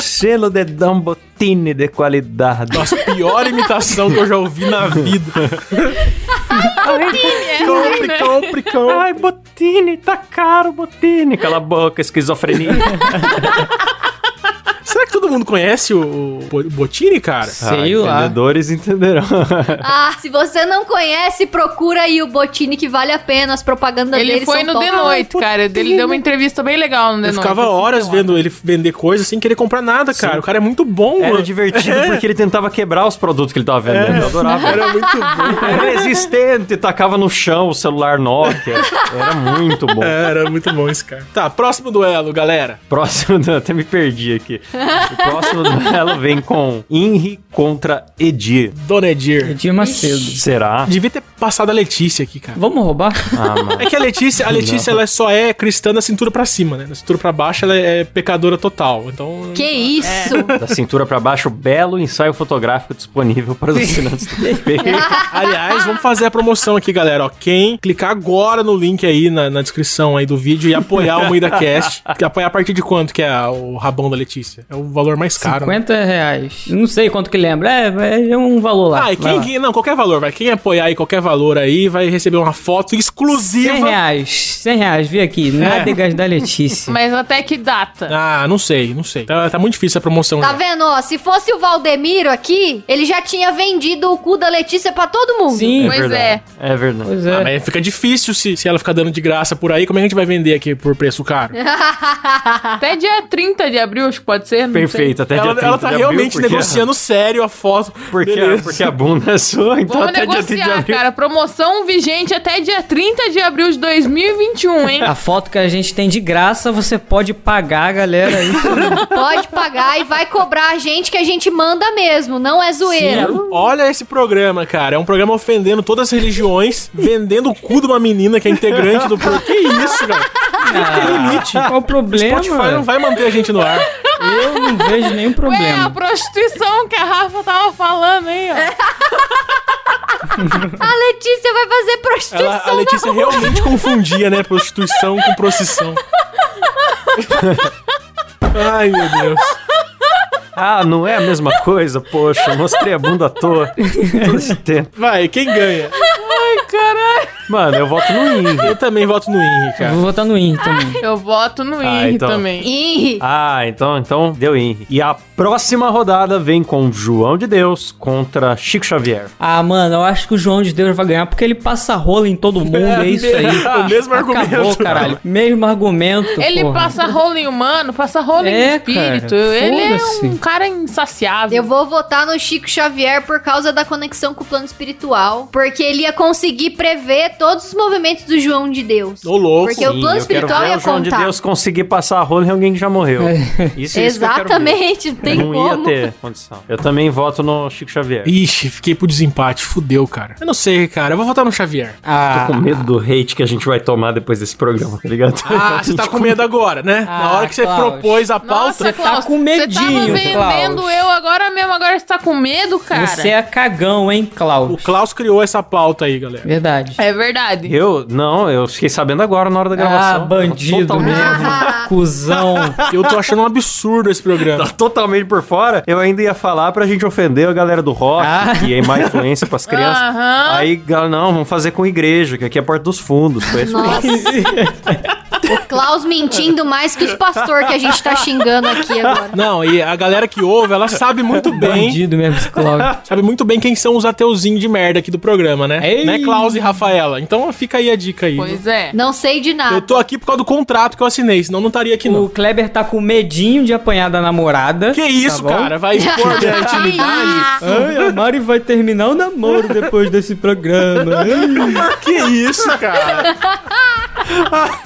[SPEAKER 1] Selo de Dambotini de
[SPEAKER 3] (laughs)
[SPEAKER 1] qualidade.
[SPEAKER 2] Nossa, pior imitação que eu já ouvi na vida. compre, compre, compre.
[SPEAKER 1] Ai, Botini, tá caro, Botini. Cala a boca, esquizofrenia.
[SPEAKER 3] (laughs)
[SPEAKER 2] Será que todo mundo conhece o, o Botini, cara?
[SPEAKER 5] Sei
[SPEAKER 1] Ah,
[SPEAKER 5] lá.
[SPEAKER 1] Entendedores
[SPEAKER 3] (laughs)
[SPEAKER 1] entenderão.
[SPEAKER 4] Ah, se você não conhece, procura aí o Botini que vale a pena. As propagandas
[SPEAKER 3] Ele
[SPEAKER 4] dele
[SPEAKER 3] foi
[SPEAKER 4] são
[SPEAKER 3] no
[SPEAKER 4] top.
[SPEAKER 3] The Noite, cara. Ele deu uma entrevista bem legal no The
[SPEAKER 2] Eu
[SPEAKER 3] Noite.
[SPEAKER 2] ficava horas vendo ele vender coisa sem querer comprar nada, cara. O cara é muito bom,
[SPEAKER 1] Era
[SPEAKER 2] mano.
[SPEAKER 1] divertido porque ele tentava quebrar os produtos que ele tava
[SPEAKER 3] É.
[SPEAKER 1] vendendo. Eu adorava.
[SPEAKER 2] Era muito bom.
[SPEAKER 1] Era resistente, tacava no chão o celular Nokia. Era muito bom.
[SPEAKER 2] Era muito bom esse cara. Tá, próximo duelo, galera.
[SPEAKER 1] Próximo, du- (laughs) até me perdi aqui. O próximo duelo vem com Henry contra Edir.
[SPEAKER 2] Dona Edir.
[SPEAKER 5] Edir Macedo.
[SPEAKER 1] Será?
[SPEAKER 2] Devia ter passado a Letícia aqui, cara.
[SPEAKER 5] Vamos roubar?
[SPEAKER 1] Ah, mano.
[SPEAKER 2] É que a Letícia, a Letícia ela só é cristã da cintura pra cima, né? Da cintura pra baixo ela é pecadora total.
[SPEAKER 5] (laughs)
[SPEAKER 2] Então,
[SPEAKER 4] Que isso?
[SPEAKER 1] Da cintura pra baixo, belo ensaio fotográfico disponível para os assinantes do PP.
[SPEAKER 2] aliás, vamos fazer a promoção aqui, galera. Ó, quem clicar agora no link aí na, na descrição aí do vídeo e apoiar o Moída Cast, que apoiar a partir de quanto que é a- o rabão da Letícia? É o valor mais caro. né?
[SPEAKER 5] 50 reais. Não sei quanto que lembra. É, é um valor lá.
[SPEAKER 2] Ah,
[SPEAKER 5] Vai
[SPEAKER 2] e quem,
[SPEAKER 5] lá.
[SPEAKER 2] quem- Não, qualquer valor, vai. Quem apoiar aí qualquer valor aí, vai receber uma foto
[SPEAKER 5] 100
[SPEAKER 2] exclusiva.
[SPEAKER 5] reais. 100 reais, vi
[SPEAKER 2] É.
[SPEAKER 5] aqui. Nádegas da Letícia.
[SPEAKER 3] Mas até que data?
[SPEAKER 2] Ah, não sei, não sei. Tá, tá muito difícil a promoção.
[SPEAKER 4] Tá
[SPEAKER 2] já.
[SPEAKER 4] vendo? Ó, se fosse o Valdemiro aqui, ele já tinha vendido o cu da Letícia pra todo mundo.
[SPEAKER 5] Sim,
[SPEAKER 3] Pois
[SPEAKER 1] verdade. é. verdade.
[SPEAKER 5] pois
[SPEAKER 2] Ah,
[SPEAKER 5] é.
[SPEAKER 2] mas fica difícil se, se ela ficar dando de graça por aí. Como é que a gente vai vender aqui por preço caro?
[SPEAKER 4] Ah.
[SPEAKER 3] Até dia 30 de abril, acho que pode ser. não sei.
[SPEAKER 1] Perfeito, até
[SPEAKER 2] Ela,
[SPEAKER 1] dia 30
[SPEAKER 2] ela tá
[SPEAKER 1] de abril,
[SPEAKER 2] realmente
[SPEAKER 1] porque-
[SPEAKER 2] negociando sério a foto.
[SPEAKER 1] (laughs) Porque, a-
[SPEAKER 2] Beleza.
[SPEAKER 1] porque a bunda é sua, então
[SPEAKER 3] Vamos
[SPEAKER 1] até dia 30 de
[SPEAKER 3] negociar,
[SPEAKER 1] abril.
[SPEAKER 3] cara. Promoção vigente até dia 30 de abril de 2021,
[SPEAKER 5] (laughs)
[SPEAKER 3] hein?
[SPEAKER 5] A foto que a gente tem de graça, você pode pagar, galera.
[SPEAKER 2] (laughs)
[SPEAKER 5] Aí.
[SPEAKER 4] Pode pagar e vai cobrar a gente que a gente manda mesmo, não é zoeira.
[SPEAKER 2] (laughs) Olha esse programa, cara. É um programa ofendendo todas as religiões, (laughs) vendendo o cu de uma menina que é integrante do programa. Que isso, cara?
[SPEAKER 5] Qual o problema?
[SPEAKER 2] um
[SPEAKER 1] é.
[SPEAKER 2] Spotify não vai manter a gente no ar.
[SPEAKER 5] Eu não vejo nenhum
[SPEAKER 3] Ué, a
[SPEAKER 5] problema.
[SPEAKER 3] prostituição que a Rafa tava falando aí,
[SPEAKER 4] É.
[SPEAKER 3] ó.
[SPEAKER 4] A Letícia vai fazer prostituição.
[SPEAKER 2] Ela- a Letícia realmente confundia, né? Prostituição com procissão.
[SPEAKER 1] (laughs)
[SPEAKER 2] Ai, meu Deus.
[SPEAKER 1] Ah, não é a mesma coisa? Poxa, eu mostrei a bunda à toa todo esse tempo.
[SPEAKER 2] Vai, quem ganha?
[SPEAKER 1] Mano, eu voto no IN.
[SPEAKER 2] Eu também voto no Henrique,
[SPEAKER 5] Eu
[SPEAKER 2] cara.
[SPEAKER 5] Vou votar no IN também.
[SPEAKER 3] Eu voto no
[SPEAKER 1] Ah,
[SPEAKER 3] IR
[SPEAKER 1] então.
[SPEAKER 3] também.
[SPEAKER 4] Ih,
[SPEAKER 1] Ah, então, então deu IN. E a próxima rodada vem com João de Deus contra Chico Xavier.
[SPEAKER 5] Ah, mano, eu acho que o João de Deus vai ganhar porque ele passa rola em todo mundo,
[SPEAKER 2] (laughs)
[SPEAKER 5] é isso aí.
[SPEAKER 2] O mesmo
[SPEAKER 5] Acabou,
[SPEAKER 2] argumento.
[SPEAKER 5] caralho. Mesmo argumento,
[SPEAKER 3] Ele
[SPEAKER 5] porra.
[SPEAKER 3] passa rolo em humano, passa rolo
[SPEAKER 5] É,
[SPEAKER 3] em espírito.
[SPEAKER 5] cara,
[SPEAKER 3] ele é um
[SPEAKER 5] foda-se.
[SPEAKER 3] cara insaciável.
[SPEAKER 4] eu vou votar no Chico Xavier por causa da conexão com o plano espiritual, porque ele ia conseguir prever todos os movimentos do João de Deus.
[SPEAKER 2] Ô, louco.
[SPEAKER 4] Porque o plano espiritual
[SPEAKER 1] quero ver
[SPEAKER 4] ia
[SPEAKER 1] o João de
[SPEAKER 4] contar.
[SPEAKER 1] Deus conseguir passar a rola em alguém que já morreu.
[SPEAKER 5] É.
[SPEAKER 1] Isso, é isso que eu quero ver.
[SPEAKER 4] Exatamente, não tem
[SPEAKER 1] não
[SPEAKER 4] como.
[SPEAKER 1] ia ter condição. Eu também voto no Chico Xavier.
[SPEAKER 2] Ixi, fiquei pro desempate. Fudeu, cara. Eu não sei, cara. Eu vou votar no Xavier.
[SPEAKER 5] Ah,
[SPEAKER 1] Tô com medo do hate que a gente vai tomar depois desse programa, tá ligado?
[SPEAKER 5] (laughs)
[SPEAKER 2] Ah, você tá com medo agora, né? Na
[SPEAKER 5] Ah,
[SPEAKER 2] hora que você
[SPEAKER 5] Klaus.
[SPEAKER 2] propôs a pauta.
[SPEAKER 1] tá
[SPEAKER 3] Nossa, Klaus,
[SPEAKER 5] com
[SPEAKER 3] Você tava
[SPEAKER 5] medinho,
[SPEAKER 3] vendendo
[SPEAKER 5] Klaus.
[SPEAKER 3] eu agora mesmo, agora você tá com medo, cara.
[SPEAKER 5] você é cagão, hein,
[SPEAKER 2] O
[SPEAKER 5] Klaus?
[SPEAKER 2] Klaus criou essa pauta aí, galera.
[SPEAKER 5] Verdade.
[SPEAKER 3] É verdade.
[SPEAKER 1] (laughs) Eu, não, eu fiquei sabendo agora na hora da
[SPEAKER 5] Ah,
[SPEAKER 1] gravação.
[SPEAKER 5] bandido
[SPEAKER 1] Totalmente-
[SPEAKER 5] mesmo. Cusão.
[SPEAKER 2] Eu tô achando um absurdo esse programa.
[SPEAKER 1] (laughs) Tá totalmente por fora, eu ainda ia falar pra gente ofender a galera do rock,
[SPEAKER 5] Ah.
[SPEAKER 1] que é má influência pras crianças.
[SPEAKER 3] Aham.
[SPEAKER 1] Aí, gal- não, vamos fazer com igreja, que aqui é a porta dos fundos. Foi isso mesmo.
[SPEAKER 4] Nossa.
[SPEAKER 1] (laughs)
[SPEAKER 4] o (laughs) Klaus mentindo mais que os pastores que a gente tá xingando aqui agora.
[SPEAKER 2] Não, e a galera que ouve, ela sabe muito bem.
[SPEAKER 5] Bandido mesmo, esse Klaus.
[SPEAKER 2] Sabe muito bem quem são os ateuzinhos de merda aqui do programa, né?
[SPEAKER 5] Ei.
[SPEAKER 2] Né, Klaus e Rafaela? Então fica aí a dica aí.
[SPEAKER 3] Pois é.
[SPEAKER 4] Não sei de nada.
[SPEAKER 2] Eu tô aqui por causa do contrato que eu assinei, senão eu não estaria aqui, (laughs) não.
[SPEAKER 5] O Kleber tá com medinho de apanhar da namorada.
[SPEAKER 2] Que isso,
[SPEAKER 5] Tá bom?
[SPEAKER 2] cara?
[SPEAKER 4] (laughs)
[SPEAKER 2] Vai expor minha intimidade?
[SPEAKER 5] Ai, a Mari vai terminar o namoro depois desse programa.
[SPEAKER 2] que isso, cara?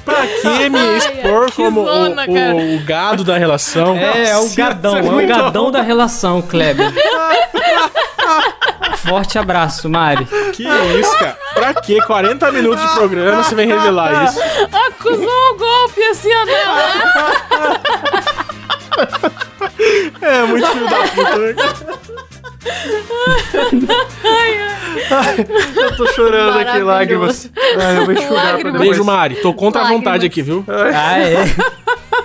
[SPEAKER 2] pra que me expor como o-
[SPEAKER 3] zona,
[SPEAKER 2] o,
[SPEAKER 3] cara.
[SPEAKER 2] o gado da
[SPEAKER 5] (laughs)
[SPEAKER 2] relação?
[SPEAKER 5] É, é o
[SPEAKER 2] Nossa,
[SPEAKER 5] gadão,
[SPEAKER 2] isso
[SPEAKER 5] é o
[SPEAKER 2] muito
[SPEAKER 5] gadão da relação, Kleber. Forte abraço, Mari.
[SPEAKER 2] Que isso, cara? Pra que 40 minutos de programa você vem revelar isso?
[SPEAKER 3] Acusou o golpe assim, ó. né?
[SPEAKER 2] É muito filho da puta, né?
[SPEAKER 1] Eu tô chorando aqui,
[SPEAKER 4] Maravilhoso.
[SPEAKER 1] lágrimas. Ai, eu vou enxugar pra
[SPEAKER 3] Lágrimas.
[SPEAKER 1] depois.
[SPEAKER 2] Beijo, Mari. Tô contra a
[SPEAKER 4] Lágrimas.
[SPEAKER 2] vontade aqui, viu?
[SPEAKER 5] Ah, é.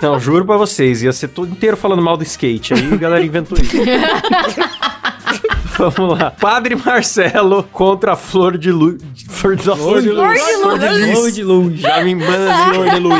[SPEAKER 1] Não, juro pra vocês, ia ser todo inteiro falando mal do skate. Aí a galera inventou
[SPEAKER 3] (laughs)
[SPEAKER 1] isso. Vamos lá. Padre Marcelo contra a Flor de Luz. Flor de Flor de Luz.
[SPEAKER 3] Flor de Luz.
[SPEAKER 5] Flor de luz.
[SPEAKER 1] Já me manda Flor de Luz.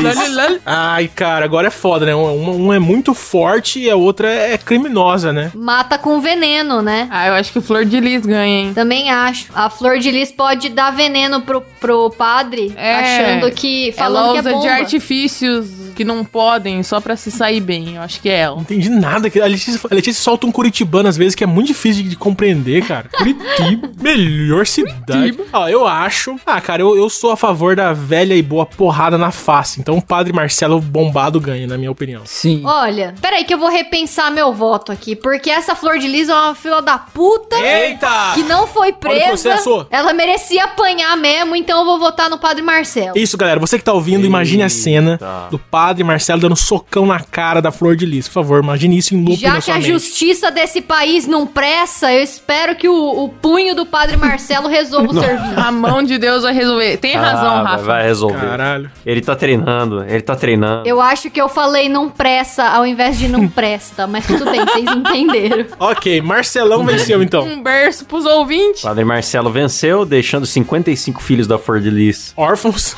[SPEAKER 2] Ai, cara, agora é foda, né? Uma, uma é muito forte e a outra é criminosa, né?
[SPEAKER 4] Mata com veneno, né?
[SPEAKER 3] (laughs) Ah, eu acho que Flor de Lis ganha, hein?
[SPEAKER 4] Também acho. A flor de lis pode dar veneno pro, pro padre,
[SPEAKER 3] É.
[SPEAKER 4] achando que.
[SPEAKER 3] ela
[SPEAKER 4] Falando que é
[SPEAKER 3] usa
[SPEAKER 4] bomba.
[SPEAKER 3] de artifícios que não podem só pra se sair bem. Eu acho que é ela.
[SPEAKER 2] Não entendi nada. que- A Letícia, a Letícia solta um curitibano às vezes que é muito difícil de, de compreender, cara. Curitiba. (laughs) Melhor cidade. Ó, eu acho. Ah, cara, eu, eu sou a favor da velha e boa porrada na face. Então o padre Marcelo bombado ganha, na minha opinião.
[SPEAKER 5] Sim.
[SPEAKER 4] Olha, peraí que eu vou repensar meu voto aqui, porque essa flor de lis é uma fila da puta.
[SPEAKER 2] Eita!
[SPEAKER 4] Que não foi presa.
[SPEAKER 2] processo.
[SPEAKER 4] Ela merecia apanhar mesmo, então eu vou votar no Padre Marcelo.
[SPEAKER 2] Isso, galera. Você que tá ouvindo, imagine a
[SPEAKER 1] Eita.
[SPEAKER 2] cena do padre Marcelo dando socão na cara da Flor de Lis. Por favor, imagine isso em loop
[SPEAKER 4] Já
[SPEAKER 2] na
[SPEAKER 4] que
[SPEAKER 2] sua
[SPEAKER 4] a
[SPEAKER 2] mente.
[SPEAKER 4] justiça desse país não pressa, eu espero que o, o punho do padre Marcelo
[SPEAKER 2] (laughs)
[SPEAKER 4] resolva o serviço.
[SPEAKER 3] A mão de Deus vai resolver. Tem razão,
[SPEAKER 1] Ah, vai-
[SPEAKER 3] Rafa.
[SPEAKER 1] Vai resolver.
[SPEAKER 2] Caralho.
[SPEAKER 1] Ele tá treinando, ele tá treinando.
[SPEAKER 4] Eu acho que eu falei não pressa ao invés de não presta, mas tudo bem,
[SPEAKER 2] (laughs)
[SPEAKER 4] vocês entenderam.
[SPEAKER 2] Ok, Marcelão venceu
[SPEAKER 3] (laughs)
[SPEAKER 2] então.
[SPEAKER 3] Um berço pros ouvintes.
[SPEAKER 1] Padre Marcelo venceu, deixando 55 filhos da Flor de Lis.
[SPEAKER 2] Órfãos.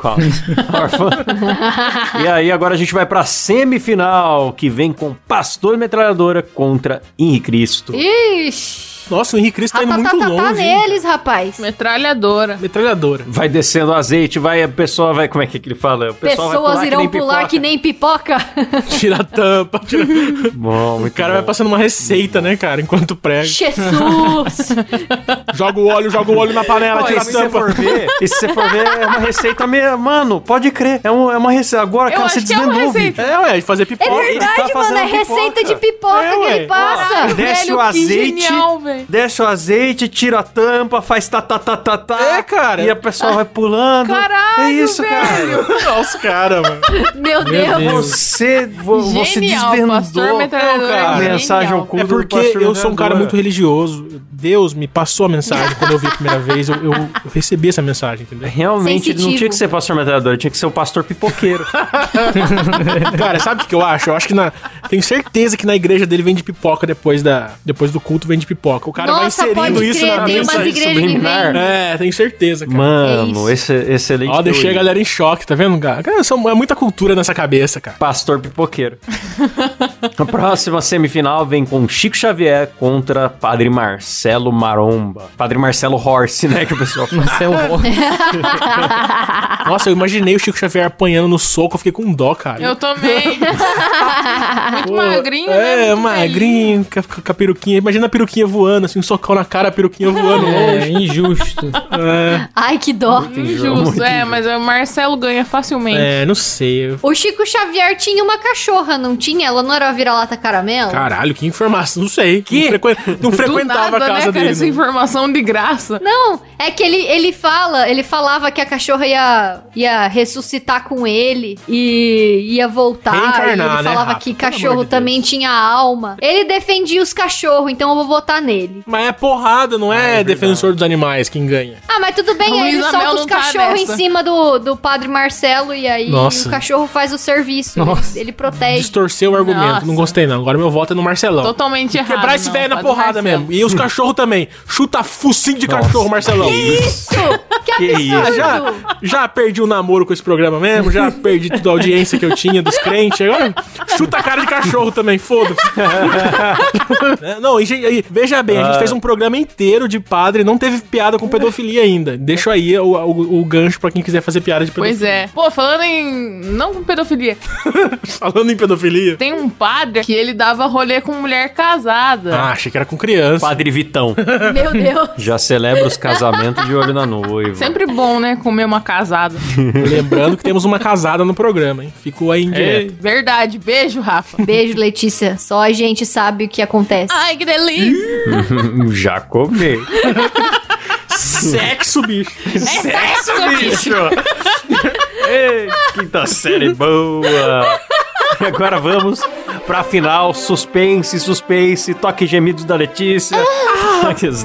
[SPEAKER 1] Qual? Órfã. e aí, agora a gente vai pra semifinal, que vem com Pastor Metralhadora contra Henrique Cristo.
[SPEAKER 4] Ixi.
[SPEAKER 2] Nossa, o Henrique Cristo tá
[SPEAKER 4] Ah,
[SPEAKER 2] indo muito
[SPEAKER 4] Ratatatá
[SPEAKER 2] longe. hein?
[SPEAKER 4] neles, rapaz.
[SPEAKER 1] (laughs)
[SPEAKER 3] Metralhadora.
[SPEAKER 2] Metralhadora.
[SPEAKER 1] Vai descendo o azeite, vai, a pessoa vai. Como é que, é que ele fala? O pessoal vai
[SPEAKER 4] Pessoas irão pular
[SPEAKER 1] pipoca.
[SPEAKER 4] que nem (laughs) pipoca.
[SPEAKER 2] Tira a tampa. Tira...
[SPEAKER 1] (laughs) Bom,
[SPEAKER 2] O cara vai passando uma receita, né, cara, enquanto prega.
[SPEAKER 4] Jesus!
[SPEAKER 2] Joga o óleo, joga o óleo na panela,
[SPEAKER 1] Pô,
[SPEAKER 2] tira
[SPEAKER 1] e
[SPEAKER 2] a
[SPEAKER 1] se você for
[SPEAKER 2] tampa.
[SPEAKER 1] ver, e se você for ver, é uma receita meio. Mano, pode crer. É, um- é uma receita. Agora,
[SPEAKER 3] Eu
[SPEAKER 1] cara,
[SPEAKER 3] acho
[SPEAKER 1] você
[SPEAKER 3] que é uma
[SPEAKER 1] desvendou. Vi.
[SPEAKER 3] receita.
[SPEAKER 2] É, ué, de fazer pipoca.
[SPEAKER 4] É verdade,
[SPEAKER 1] tá
[SPEAKER 4] mano, é
[SPEAKER 1] fazendo
[SPEAKER 4] receita
[SPEAKER 1] pipoca.
[SPEAKER 4] de pipoca
[SPEAKER 2] É,
[SPEAKER 4] que
[SPEAKER 2] ué.
[SPEAKER 4] ele passa.
[SPEAKER 1] Caralho, Ah, Desce
[SPEAKER 3] Velho,
[SPEAKER 1] o
[SPEAKER 3] que
[SPEAKER 1] azeite,
[SPEAKER 3] genial, velho.
[SPEAKER 1] desce o azeite, tira a tampa, faz tá tá tá tá tá.
[SPEAKER 2] É, cara.
[SPEAKER 1] E a pessoa vai
[SPEAKER 4] (laughs)
[SPEAKER 1] pulando.
[SPEAKER 3] Caralho,
[SPEAKER 1] é isso, cara.
[SPEAKER 2] Olha os caras, mano.
[SPEAKER 4] Meu, Deus.
[SPEAKER 1] Você, vo- você
[SPEAKER 3] Genial, pastor
[SPEAKER 1] desvendou
[SPEAKER 4] Então,
[SPEAKER 3] metralhadora. é
[SPEAKER 2] Não, cara.
[SPEAKER 1] a
[SPEAKER 3] genial.
[SPEAKER 1] mensagem oculta
[SPEAKER 2] É
[SPEAKER 1] do
[SPEAKER 2] porque
[SPEAKER 1] pastor
[SPEAKER 2] eu sou um cara
[SPEAKER 1] metralhadora.
[SPEAKER 2] muito religioso. Deus me passou a mensagem quando eu vi a primeira vez. Eu, eu- eu recebi essa mensagem, entendeu?
[SPEAKER 1] Realmente, ele não
[SPEAKER 4] sensitivo. É
[SPEAKER 1] tinha que ser pastor metralhador, tinha que ser o pastor
[SPEAKER 4] (laughs)
[SPEAKER 1] pipoqueiro.
[SPEAKER 2] Cara, sabe o que eu acho? Eu acho que na. Tenho certeza que na igreja dele vende pipoca depois, da, depois do culto, vende pipoca. O cara
[SPEAKER 4] Nossa,
[SPEAKER 2] vai inserindo
[SPEAKER 4] pode
[SPEAKER 2] isso
[SPEAKER 4] crer,
[SPEAKER 2] na né?
[SPEAKER 4] tem
[SPEAKER 2] mensagem.
[SPEAKER 4] umas igrejas que
[SPEAKER 1] subliminar.
[SPEAKER 4] vêm.
[SPEAKER 2] É, tenho certeza, cara.
[SPEAKER 1] Mano,
[SPEAKER 4] É
[SPEAKER 1] esse, excelente.
[SPEAKER 2] Ó, deixei a
[SPEAKER 1] teoria.
[SPEAKER 2] galera em choque, tá vendo, cara? Cara, são- é muita cultura nessa cabeça, cara.
[SPEAKER 1] Pastor
[SPEAKER 4] (laughs)
[SPEAKER 1] Pipoqueiro. a próxima semifinal vem com Chico Xavier contra Padre Marcelo Maromba. Padre Marcelo Horse, né? Que o pessoal fala.
[SPEAKER 5] Marcelo Horta.
[SPEAKER 2] Nossa, eu imaginei o Chico Xavier apanhando no soco, eu fiquei com dó, cara.
[SPEAKER 3] Eu também. Muito
[SPEAKER 2] Pô,
[SPEAKER 3] magrinho, né?
[SPEAKER 2] É,
[SPEAKER 3] Muito
[SPEAKER 2] magrinho, com a, com a peruquinha. Imagina a peruquinha voando, assim, um socão na cara, a
[SPEAKER 3] (laughs)
[SPEAKER 2] peruquinha voando
[SPEAKER 5] É
[SPEAKER 2] longe.
[SPEAKER 5] injusto.
[SPEAKER 4] Ai, que dó.
[SPEAKER 3] Injusto, é, mas o Marcelo ganha facilmente.
[SPEAKER 2] É, não sei. eu-
[SPEAKER 4] O Chico Xavier tinha uma cachorra, não tinha? Ela não era a vira-lata caramelo?
[SPEAKER 2] Caralho, que informação, não sei. Que? Não, frequen- não
[SPEAKER 3] Do
[SPEAKER 2] frequentava
[SPEAKER 3] nada,
[SPEAKER 2] a casa
[SPEAKER 3] né, cara?
[SPEAKER 2] dele.
[SPEAKER 3] Essa
[SPEAKER 2] não.
[SPEAKER 3] informação de graça.
[SPEAKER 4] Não, é que ele, ele fala, ele falava que a cachorra ia, ia ressuscitar com ele e ia voltar.
[SPEAKER 2] Reencarnar,
[SPEAKER 4] e ele
[SPEAKER 2] né,
[SPEAKER 4] falava
[SPEAKER 2] Rafa?
[SPEAKER 4] que
[SPEAKER 2] Pelo
[SPEAKER 4] cachorro
[SPEAKER 2] amor de
[SPEAKER 4] também tinha alma. Ele defendia os cachorros, então eu vou votar nele.
[SPEAKER 2] Mas é porrada, não é, defensor dos animais quem ganha.
[SPEAKER 4] Ah, mas tudo bem,
[SPEAKER 3] A
[SPEAKER 4] aí ele
[SPEAKER 3] Luísa
[SPEAKER 4] solta
[SPEAKER 3] Mel
[SPEAKER 4] os
[SPEAKER 3] não tá
[SPEAKER 4] cachorros em
[SPEAKER 3] nessa.
[SPEAKER 4] cima do, do padre Marcelo e aí
[SPEAKER 2] Nossa.
[SPEAKER 4] o cachorro faz o serviço.
[SPEAKER 5] Nossa.
[SPEAKER 4] Ele, ele protege.
[SPEAKER 2] Distorceu o argumento, não
[SPEAKER 3] Nossa.
[SPEAKER 2] gostei não. Agora meu voto é no Marcelão.
[SPEAKER 3] Totalmente errado.
[SPEAKER 2] Quebrar esse
[SPEAKER 3] não,
[SPEAKER 2] velho na
[SPEAKER 3] Padre
[SPEAKER 2] porrada
[SPEAKER 3] Marcelo.
[SPEAKER 2] mesmo. E os cachorros também. Chuta focinho de cachorro, Marcelão.
[SPEAKER 4] Isso! (laughs) Que
[SPEAKER 1] Que isso?
[SPEAKER 4] absurdo!
[SPEAKER 2] Ah, Já, já perdi o namoro com esse programa mesmo, já perdi toda a audiência que eu tinha dos crentes. Agora chuta a cara de cachorro também, (laughs) foda-se. Né? não, e, gente, aí, veja bem, a gente fez um programa inteiro de padre, não teve piada com pedofilia ainda. Deixa aí o, o- o gancho pra quem quiser fazer piada de pedofilia.
[SPEAKER 3] Pois é. Pô, falando em. Não com pedofilia.
[SPEAKER 2] Falando em pedofilia.
[SPEAKER 3] Tem um padre que ele dava rolê com mulher casada.
[SPEAKER 2] Ah, achei que era com criança.
[SPEAKER 1] Padre Vitão.
[SPEAKER 4] Meu Deus!
[SPEAKER 1] Já celebra os casamentos de olho na noiva.
[SPEAKER 3] Sempre bom, né? Comer uma
[SPEAKER 2] (laughs)
[SPEAKER 3] casada.
[SPEAKER 2] Lembrando que temos uma casada no programa, hein? Ficou aí em
[SPEAKER 3] É.
[SPEAKER 2] direto.
[SPEAKER 3] Verdade. Beijo, Rafa.
[SPEAKER 4] Beijo, Letícia. Só a gente sabe o que acontece.
[SPEAKER 3] Ai, que delícia.
[SPEAKER 1] (laughs) Já comi.
[SPEAKER 2] Sexo, bicho.
[SPEAKER 1] (laughs) Sexo, bicho! (laughs) Ei, quinta série boa! E agora vamos pra final, suspense, suspense, toque gemidos da Letícia,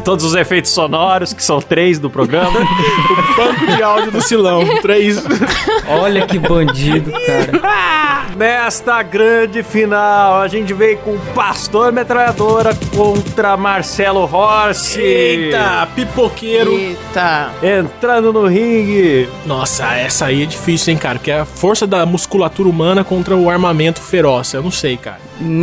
[SPEAKER 1] todos os efeitos sonoros, que são três do
[SPEAKER 2] (laughs)
[SPEAKER 1] programa.
[SPEAKER 2] Banco de áudio do Silão. Três.
[SPEAKER 5] Olha que bandido, cara.
[SPEAKER 1] Ah, Nesta grande final, a gente veio com Pastor Metralhadora contra Marcelo Horse.
[SPEAKER 2] Eita, pipoqueiro.
[SPEAKER 3] Eita.
[SPEAKER 1] Entrando no ringue,
[SPEAKER 2] Nossa, essa aí é difícil, hein, cara? Porque é a força da musculatura humana contra o armamento feroz. Eu não sei, cara.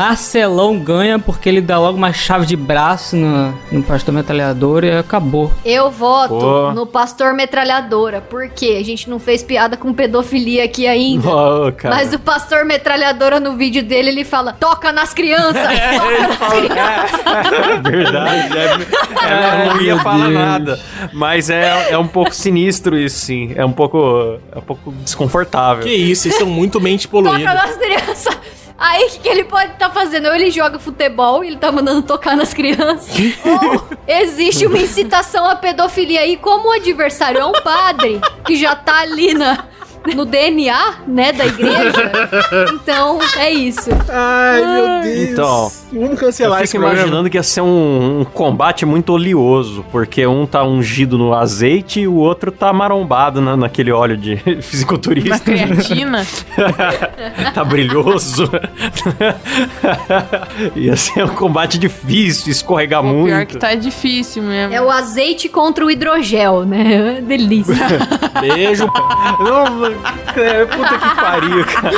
[SPEAKER 5] Marcelão ganha porque ele dá logo uma chave de braço no, no pastor metralhador e acabou.
[SPEAKER 4] Eu voto
[SPEAKER 1] Pô.
[SPEAKER 4] no pastor metralhadora, porque a gente não fez piada com pedofilia aqui ainda.
[SPEAKER 1] Ô, cara. (laughs)
[SPEAKER 4] Mas o pastor metralhadora no vídeo dele, ele fala: toca nas crianças!
[SPEAKER 1] (laughs)
[SPEAKER 4] toca nas crianças!
[SPEAKER 1] É verdade, é, é, eu não ia
[SPEAKER 5] meu
[SPEAKER 1] falar
[SPEAKER 5] Deus.
[SPEAKER 1] nada. Mas é, é um pouco sinistro isso, sim. É um pouco, é um pouco desconfortável.
[SPEAKER 2] Que isso, vocês são muito mente
[SPEAKER 4] Toca
[SPEAKER 2] poluída.
[SPEAKER 4] nas crianças! Aí o que, que ele pode estar fazendo? Ou ele joga futebol e ele tá mandando tocar nas crianças. (laughs) Ou existe uma incitação à pedofilia. E como o adversário é um padre que já tá ali na, no DNA, né, da igreja. Então, é isso.
[SPEAKER 2] Ai, meu Deus.
[SPEAKER 1] Então,
[SPEAKER 2] Vamos
[SPEAKER 1] Eu
[SPEAKER 2] cancelar esse
[SPEAKER 1] fico
[SPEAKER 2] programa.
[SPEAKER 1] imaginando que ia ser um, um combate muito oleoso, porque um tá ungido no azeite e o outro tá marombado na- naquele óleo de (laughs)
[SPEAKER 3] Na
[SPEAKER 1] fisiculturista.
[SPEAKER 3] creatina.
[SPEAKER 1] (laughs) tá brilhoso. (laughs) ia ser um combate difícil, escorregar
[SPEAKER 3] O
[SPEAKER 1] muito.
[SPEAKER 3] pior que tá difícil mesmo.
[SPEAKER 4] É o azeite contra o hidrogel, né?
[SPEAKER 1] (laughs)
[SPEAKER 4] (laughs) Delícia.
[SPEAKER 2] (laughs) Beijo.
[SPEAKER 1] (laughs) Não, é, puta que pariu, cara.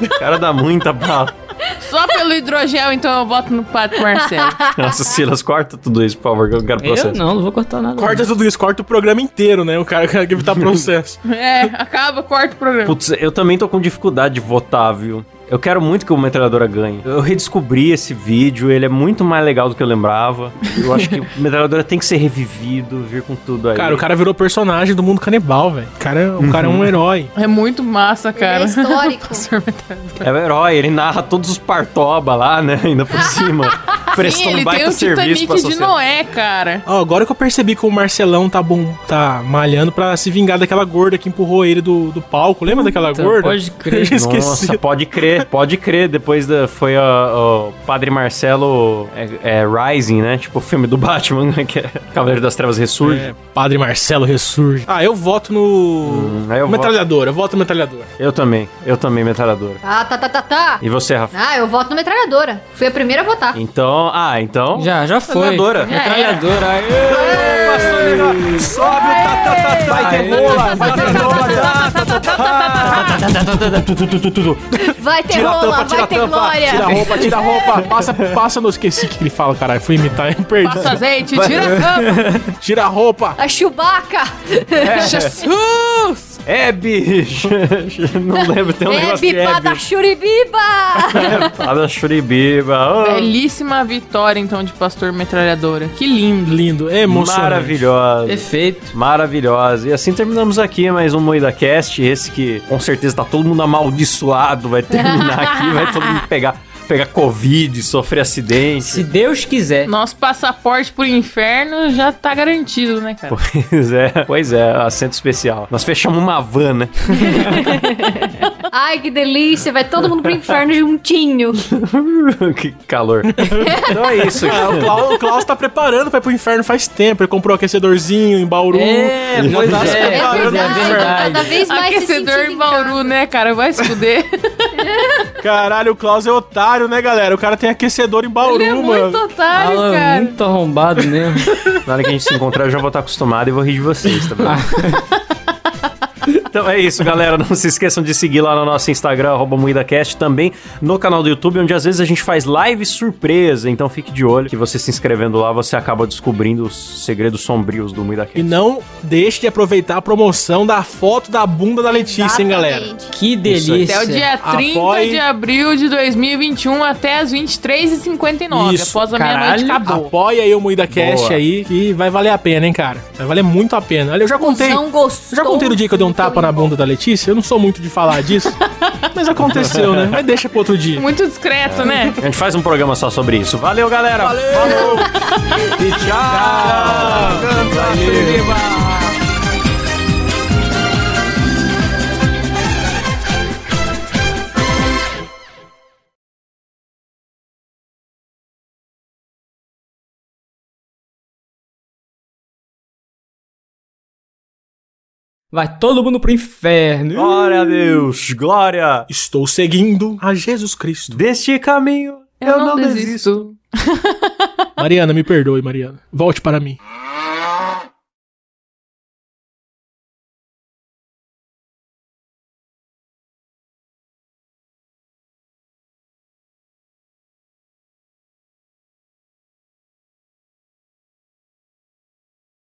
[SPEAKER 1] O cara dá muita bala.
[SPEAKER 3] Só pelo hidrogel, então eu voto no Pato
[SPEAKER 4] (laughs)
[SPEAKER 3] Marcelo.
[SPEAKER 1] Nossa, Silas, corta tudo isso, por favor, que eu quero
[SPEAKER 5] Eu
[SPEAKER 1] processo.
[SPEAKER 5] não, não vou cortar nada.
[SPEAKER 2] Corta tudo isso, corta o programa inteiro, né? O cara quer evitar processo.
[SPEAKER 3] É, acaba, corta o programa.
[SPEAKER 1] Putz, eu também tô com dificuldade de votar, viu? Eu quero muito que o Metralhadora ganhe. Eu redescobri esse vídeo, ele é muito mais legal do que eu lembrava. Eu (laughs) acho que o Metralhadora tem que ser revivido, vir com tudo aí.
[SPEAKER 2] Cara, o cara virou personagem do mundo canibal, velho. O cara, o cara é
[SPEAKER 1] Uhum.
[SPEAKER 2] um herói.
[SPEAKER 3] É muito massa,
[SPEAKER 4] Ele é
[SPEAKER 1] (laughs)
[SPEAKER 3] cara.
[SPEAKER 4] histórico.
[SPEAKER 1] É o herói, ele narra todos os partoba lá, né? Ainda (laughs) por cima.
[SPEAKER 3] Sim,
[SPEAKER 1] Prestou um
[SPEAKER 3] ele tem
[SPEAKER 1] baita
[SPEAKER 3] o
[SPEAKER 1] serviço pra
[SPEAKER 3] Titanic de
[SPEAKER 1] (laughs) sociedade.
[SPEAKER 3] Noé, cara.
[SPEAKER 2] Ó, agora que eu percebi que o Marcelão tá bom, tá malhando pra se vingar daquela gorda que empurrou ele do, do palco. Lembra daquela
[SPEAKER 5] Puta,
[SPEAKER 2] gorda?
[SPEAKER 5] pode crer.
[SPEAKER 2] Eu já esqueci.
[SPEAKER 1] Nossa, pode crer, pode crer. Depois da, foi a- o Padre Marcelo é, é, Rising, né? Tipo o filme do (laughs) Batman, né? que é Cavaleiro das Trevas Ressurge.
[SPEAKER 2] É, Padre Marcelo ressurge. Ah, eu voto no.
[SPEAKER 1] Hum, aí eu
[SPEAKER 2] metralhadora, eu voto no metralhadora.
[SPEAKER 1] Eu também, eu também, metralhadora.
[SPEAKER 4] Ah, tá, tá, tá, tá.
[SPEAKER 1] E você, Rafa?
[SPEAKER 4] Ah, eu voto no metralhadora. Fui a primeira a votar.
[SPEAKER 1] Então, ah, então.
[SPEAKER 5] Já, já foi.
[SPEAKER 1] Metralhadora.
[SPEAKER 5] Metralhadora. aê.
[SPEAKER 1] Sobe, tá, tá, tá, vai ter rola, vai ter rola.
[SPEAKER 4] Vai ter
[SPEAKER 1] Tira a
[SPEAKER 4] rola,
[SPEAKER 1] tampa, tira
[SPEAKER 4] vai
[SPEAKER 1] a
[SPEAKER 4] ter
[SPEAKER 1] tampa.
[SPEAKER 4] glória.
[SPEAKER 2] Tira a roupa, tira a roupa. Passa, passa, não esqueci o que ele fala, caralho. Fui imitar, (laughs) eu perdi.
[SPEAKER 3] Passa azeite, tira
[SPEAKER 1] (laughs)
[SPEAKER 3] a cama.
[SPEAKER 2] Tira a roupa.
[SPEAKER 4] A Chewbacca.
[SPEAKER 3] Jesus!
[SPEAKER 1] É, bicho. (laughs) Não lembro, tem um negócio que
[SPEAKER 4] Bebe
[SPEAKER 1] é,
[SPEAKER 4] da
[SPEAKER 1] bicho. (laughs)
[SPEAKER 4] Churibiba.
[SPEAKER 1] Pada Churibiba. oh,
[SPEAKER 3] Belíssima vitória, então, de Pastor Metralhadora. Que lindo.
[SPEAKER 2] Lindo, é
[SPEAKER 1] né?
[SPEAKER 2] emocionante.
[SPEAKER 1] Maravilhosa.
[SPEAKER 5] Perfeito.
[SPEAKER 1] Maravilhosa. E assim terminamos aqui mais um Moída Cast. Esse que com certeza tá todo mundo amaldiçoado. Vai (laughs) terminar aqui, vai todo mundo pegar, pegar Covid, sofrer acidente.
[SPEAKER 5] Se Deus quiser.
[SPEAKER 3] Nosso passaporte pro inferno já tá garantido, né, cara?
[SPEAKER 1] (laughs) Pois é, pois é, assento especial. Nós fechamos uma van, né?
[SPEAKER 4] Ai, que delícia. Vai todo mundo pro inferno juntinho.
[SPEAKER 1] (laughs) que calor. Então é isso.
[SPEAKER 2] Ah, o, Klaus, o Klaus tá preparando pra ir pro inferno faz tempo. Ele comprou um aquecedorzinho em Bauru.
[SPEAKER 5] É,
[SPEAKER 2] Ele já
[SPEAKER 5] pois
[SPEAKER 2] tá se
[SPEAKER 5] é.
[SPEAKER 2] preparando
[SPEAKER 5] É
[SPEAKER 2] pro
[SPEAKER 5] verdade.
[SPEAKER 2] inferno.
[SPEAKER 4] Cada vez mais se
[SPEAKER 3] Aquecedor
[SPEAKER 4] sentindo
[SPEAKER 3] em
[SPEAKER 4] em
[SPEAKER 3] Bauru,
[SPEAKER 4] casa.
[SPEAKER 3] né, cara? Vai
[SPEAKER 4] (laughs)
[SPEAKER 3] se fuder.
[SPEAKER 2] Caralho, o Klaus é otário, né, galera? O cara tem aquecedor em Bauru,
[SPEAKER 3] Ele é muito
[SPEAKER 2] mano.
[SPEAKER 3] otário,
[SPEAKER 5] Alan,
[SPEAKER 3] cara.
[SPEAKER 5] muito arrombado mesmo.
[SPEAKER 1] Na hora que a gente se encontrar, eu já vou estar acostumado e vou rir de vocês, tá bom? (laughs) Então é isso, galera. Não se esqueçam de seguir lá no nosso Instagram, arroba MoídaCast, também no canal do YouTube, onde às vezes a gente faz live surpresa. Então fique de olho que você se inscrevendo lá, você acaba descobrindo os segredos sombrios do
[SPEAKER 2] E
[SPEAKER 1] MoídaCast.
[SPEAKER 2] não deixe de aproveitar a promoção da foto da bunda da Letícia, hein, galera?
[SPEAKER 4] Exatamente.
[SPEAKER 5] Que
[SPEAKER 1] Isso aí.
[SPEAKER 5] delícia.
[SPEAKER 3] Até o dia 30
[SPEAKER 2] Apoie-
[SPEAKER 3] de abril de 2021 até as 23h59.
[SPEAKER 2] Isso,
[SPEAKER 3] após a meia-noite
[SPEAKER 5] caralho.
[SPEAKER 3] acabou.
[SPEAKER 2] Apoia aí o Moída Cast
[SPEAKER 1] Boa.
[SPEAKER 2] aí, que vai valer a pena, hein, cara? Vai valer muito a pena. Olha, eu já contei.
[SPEAKER 4] Cusão
[SPEAKER 2] Eu
[SPEAKER 4] gostoso.
[SPEAKER 2] já contei o dia que eu dei um tapa na bunda da Letícia. Eu não sou muito de falar
[SPEAKER 3] (laughs)
[SPEAKER 2] disso, mas aconteceu, né? Mas deixa pro outro dia.
[SPEAKER 3] Muito discreto, né?
[SPEAKER 1] A gente faz um programa só sobre isso. Valeu, galera! Falou! (laughs) e tchau! Canta, Chiriba!
[SPEAKER 5] Vai todo mundo pro inferno.
[SPEAKER 1] Glória a Deus! Glória!
[SPEAKER 2] Estou seguindo a Jesus Cristo.
[SPEAKER 1] Deste caminho
[SPEAKER 3] Eu, não, desisto.
[SPEAKER 2] Mariana, me perdoe, Mariana. Volte para mim.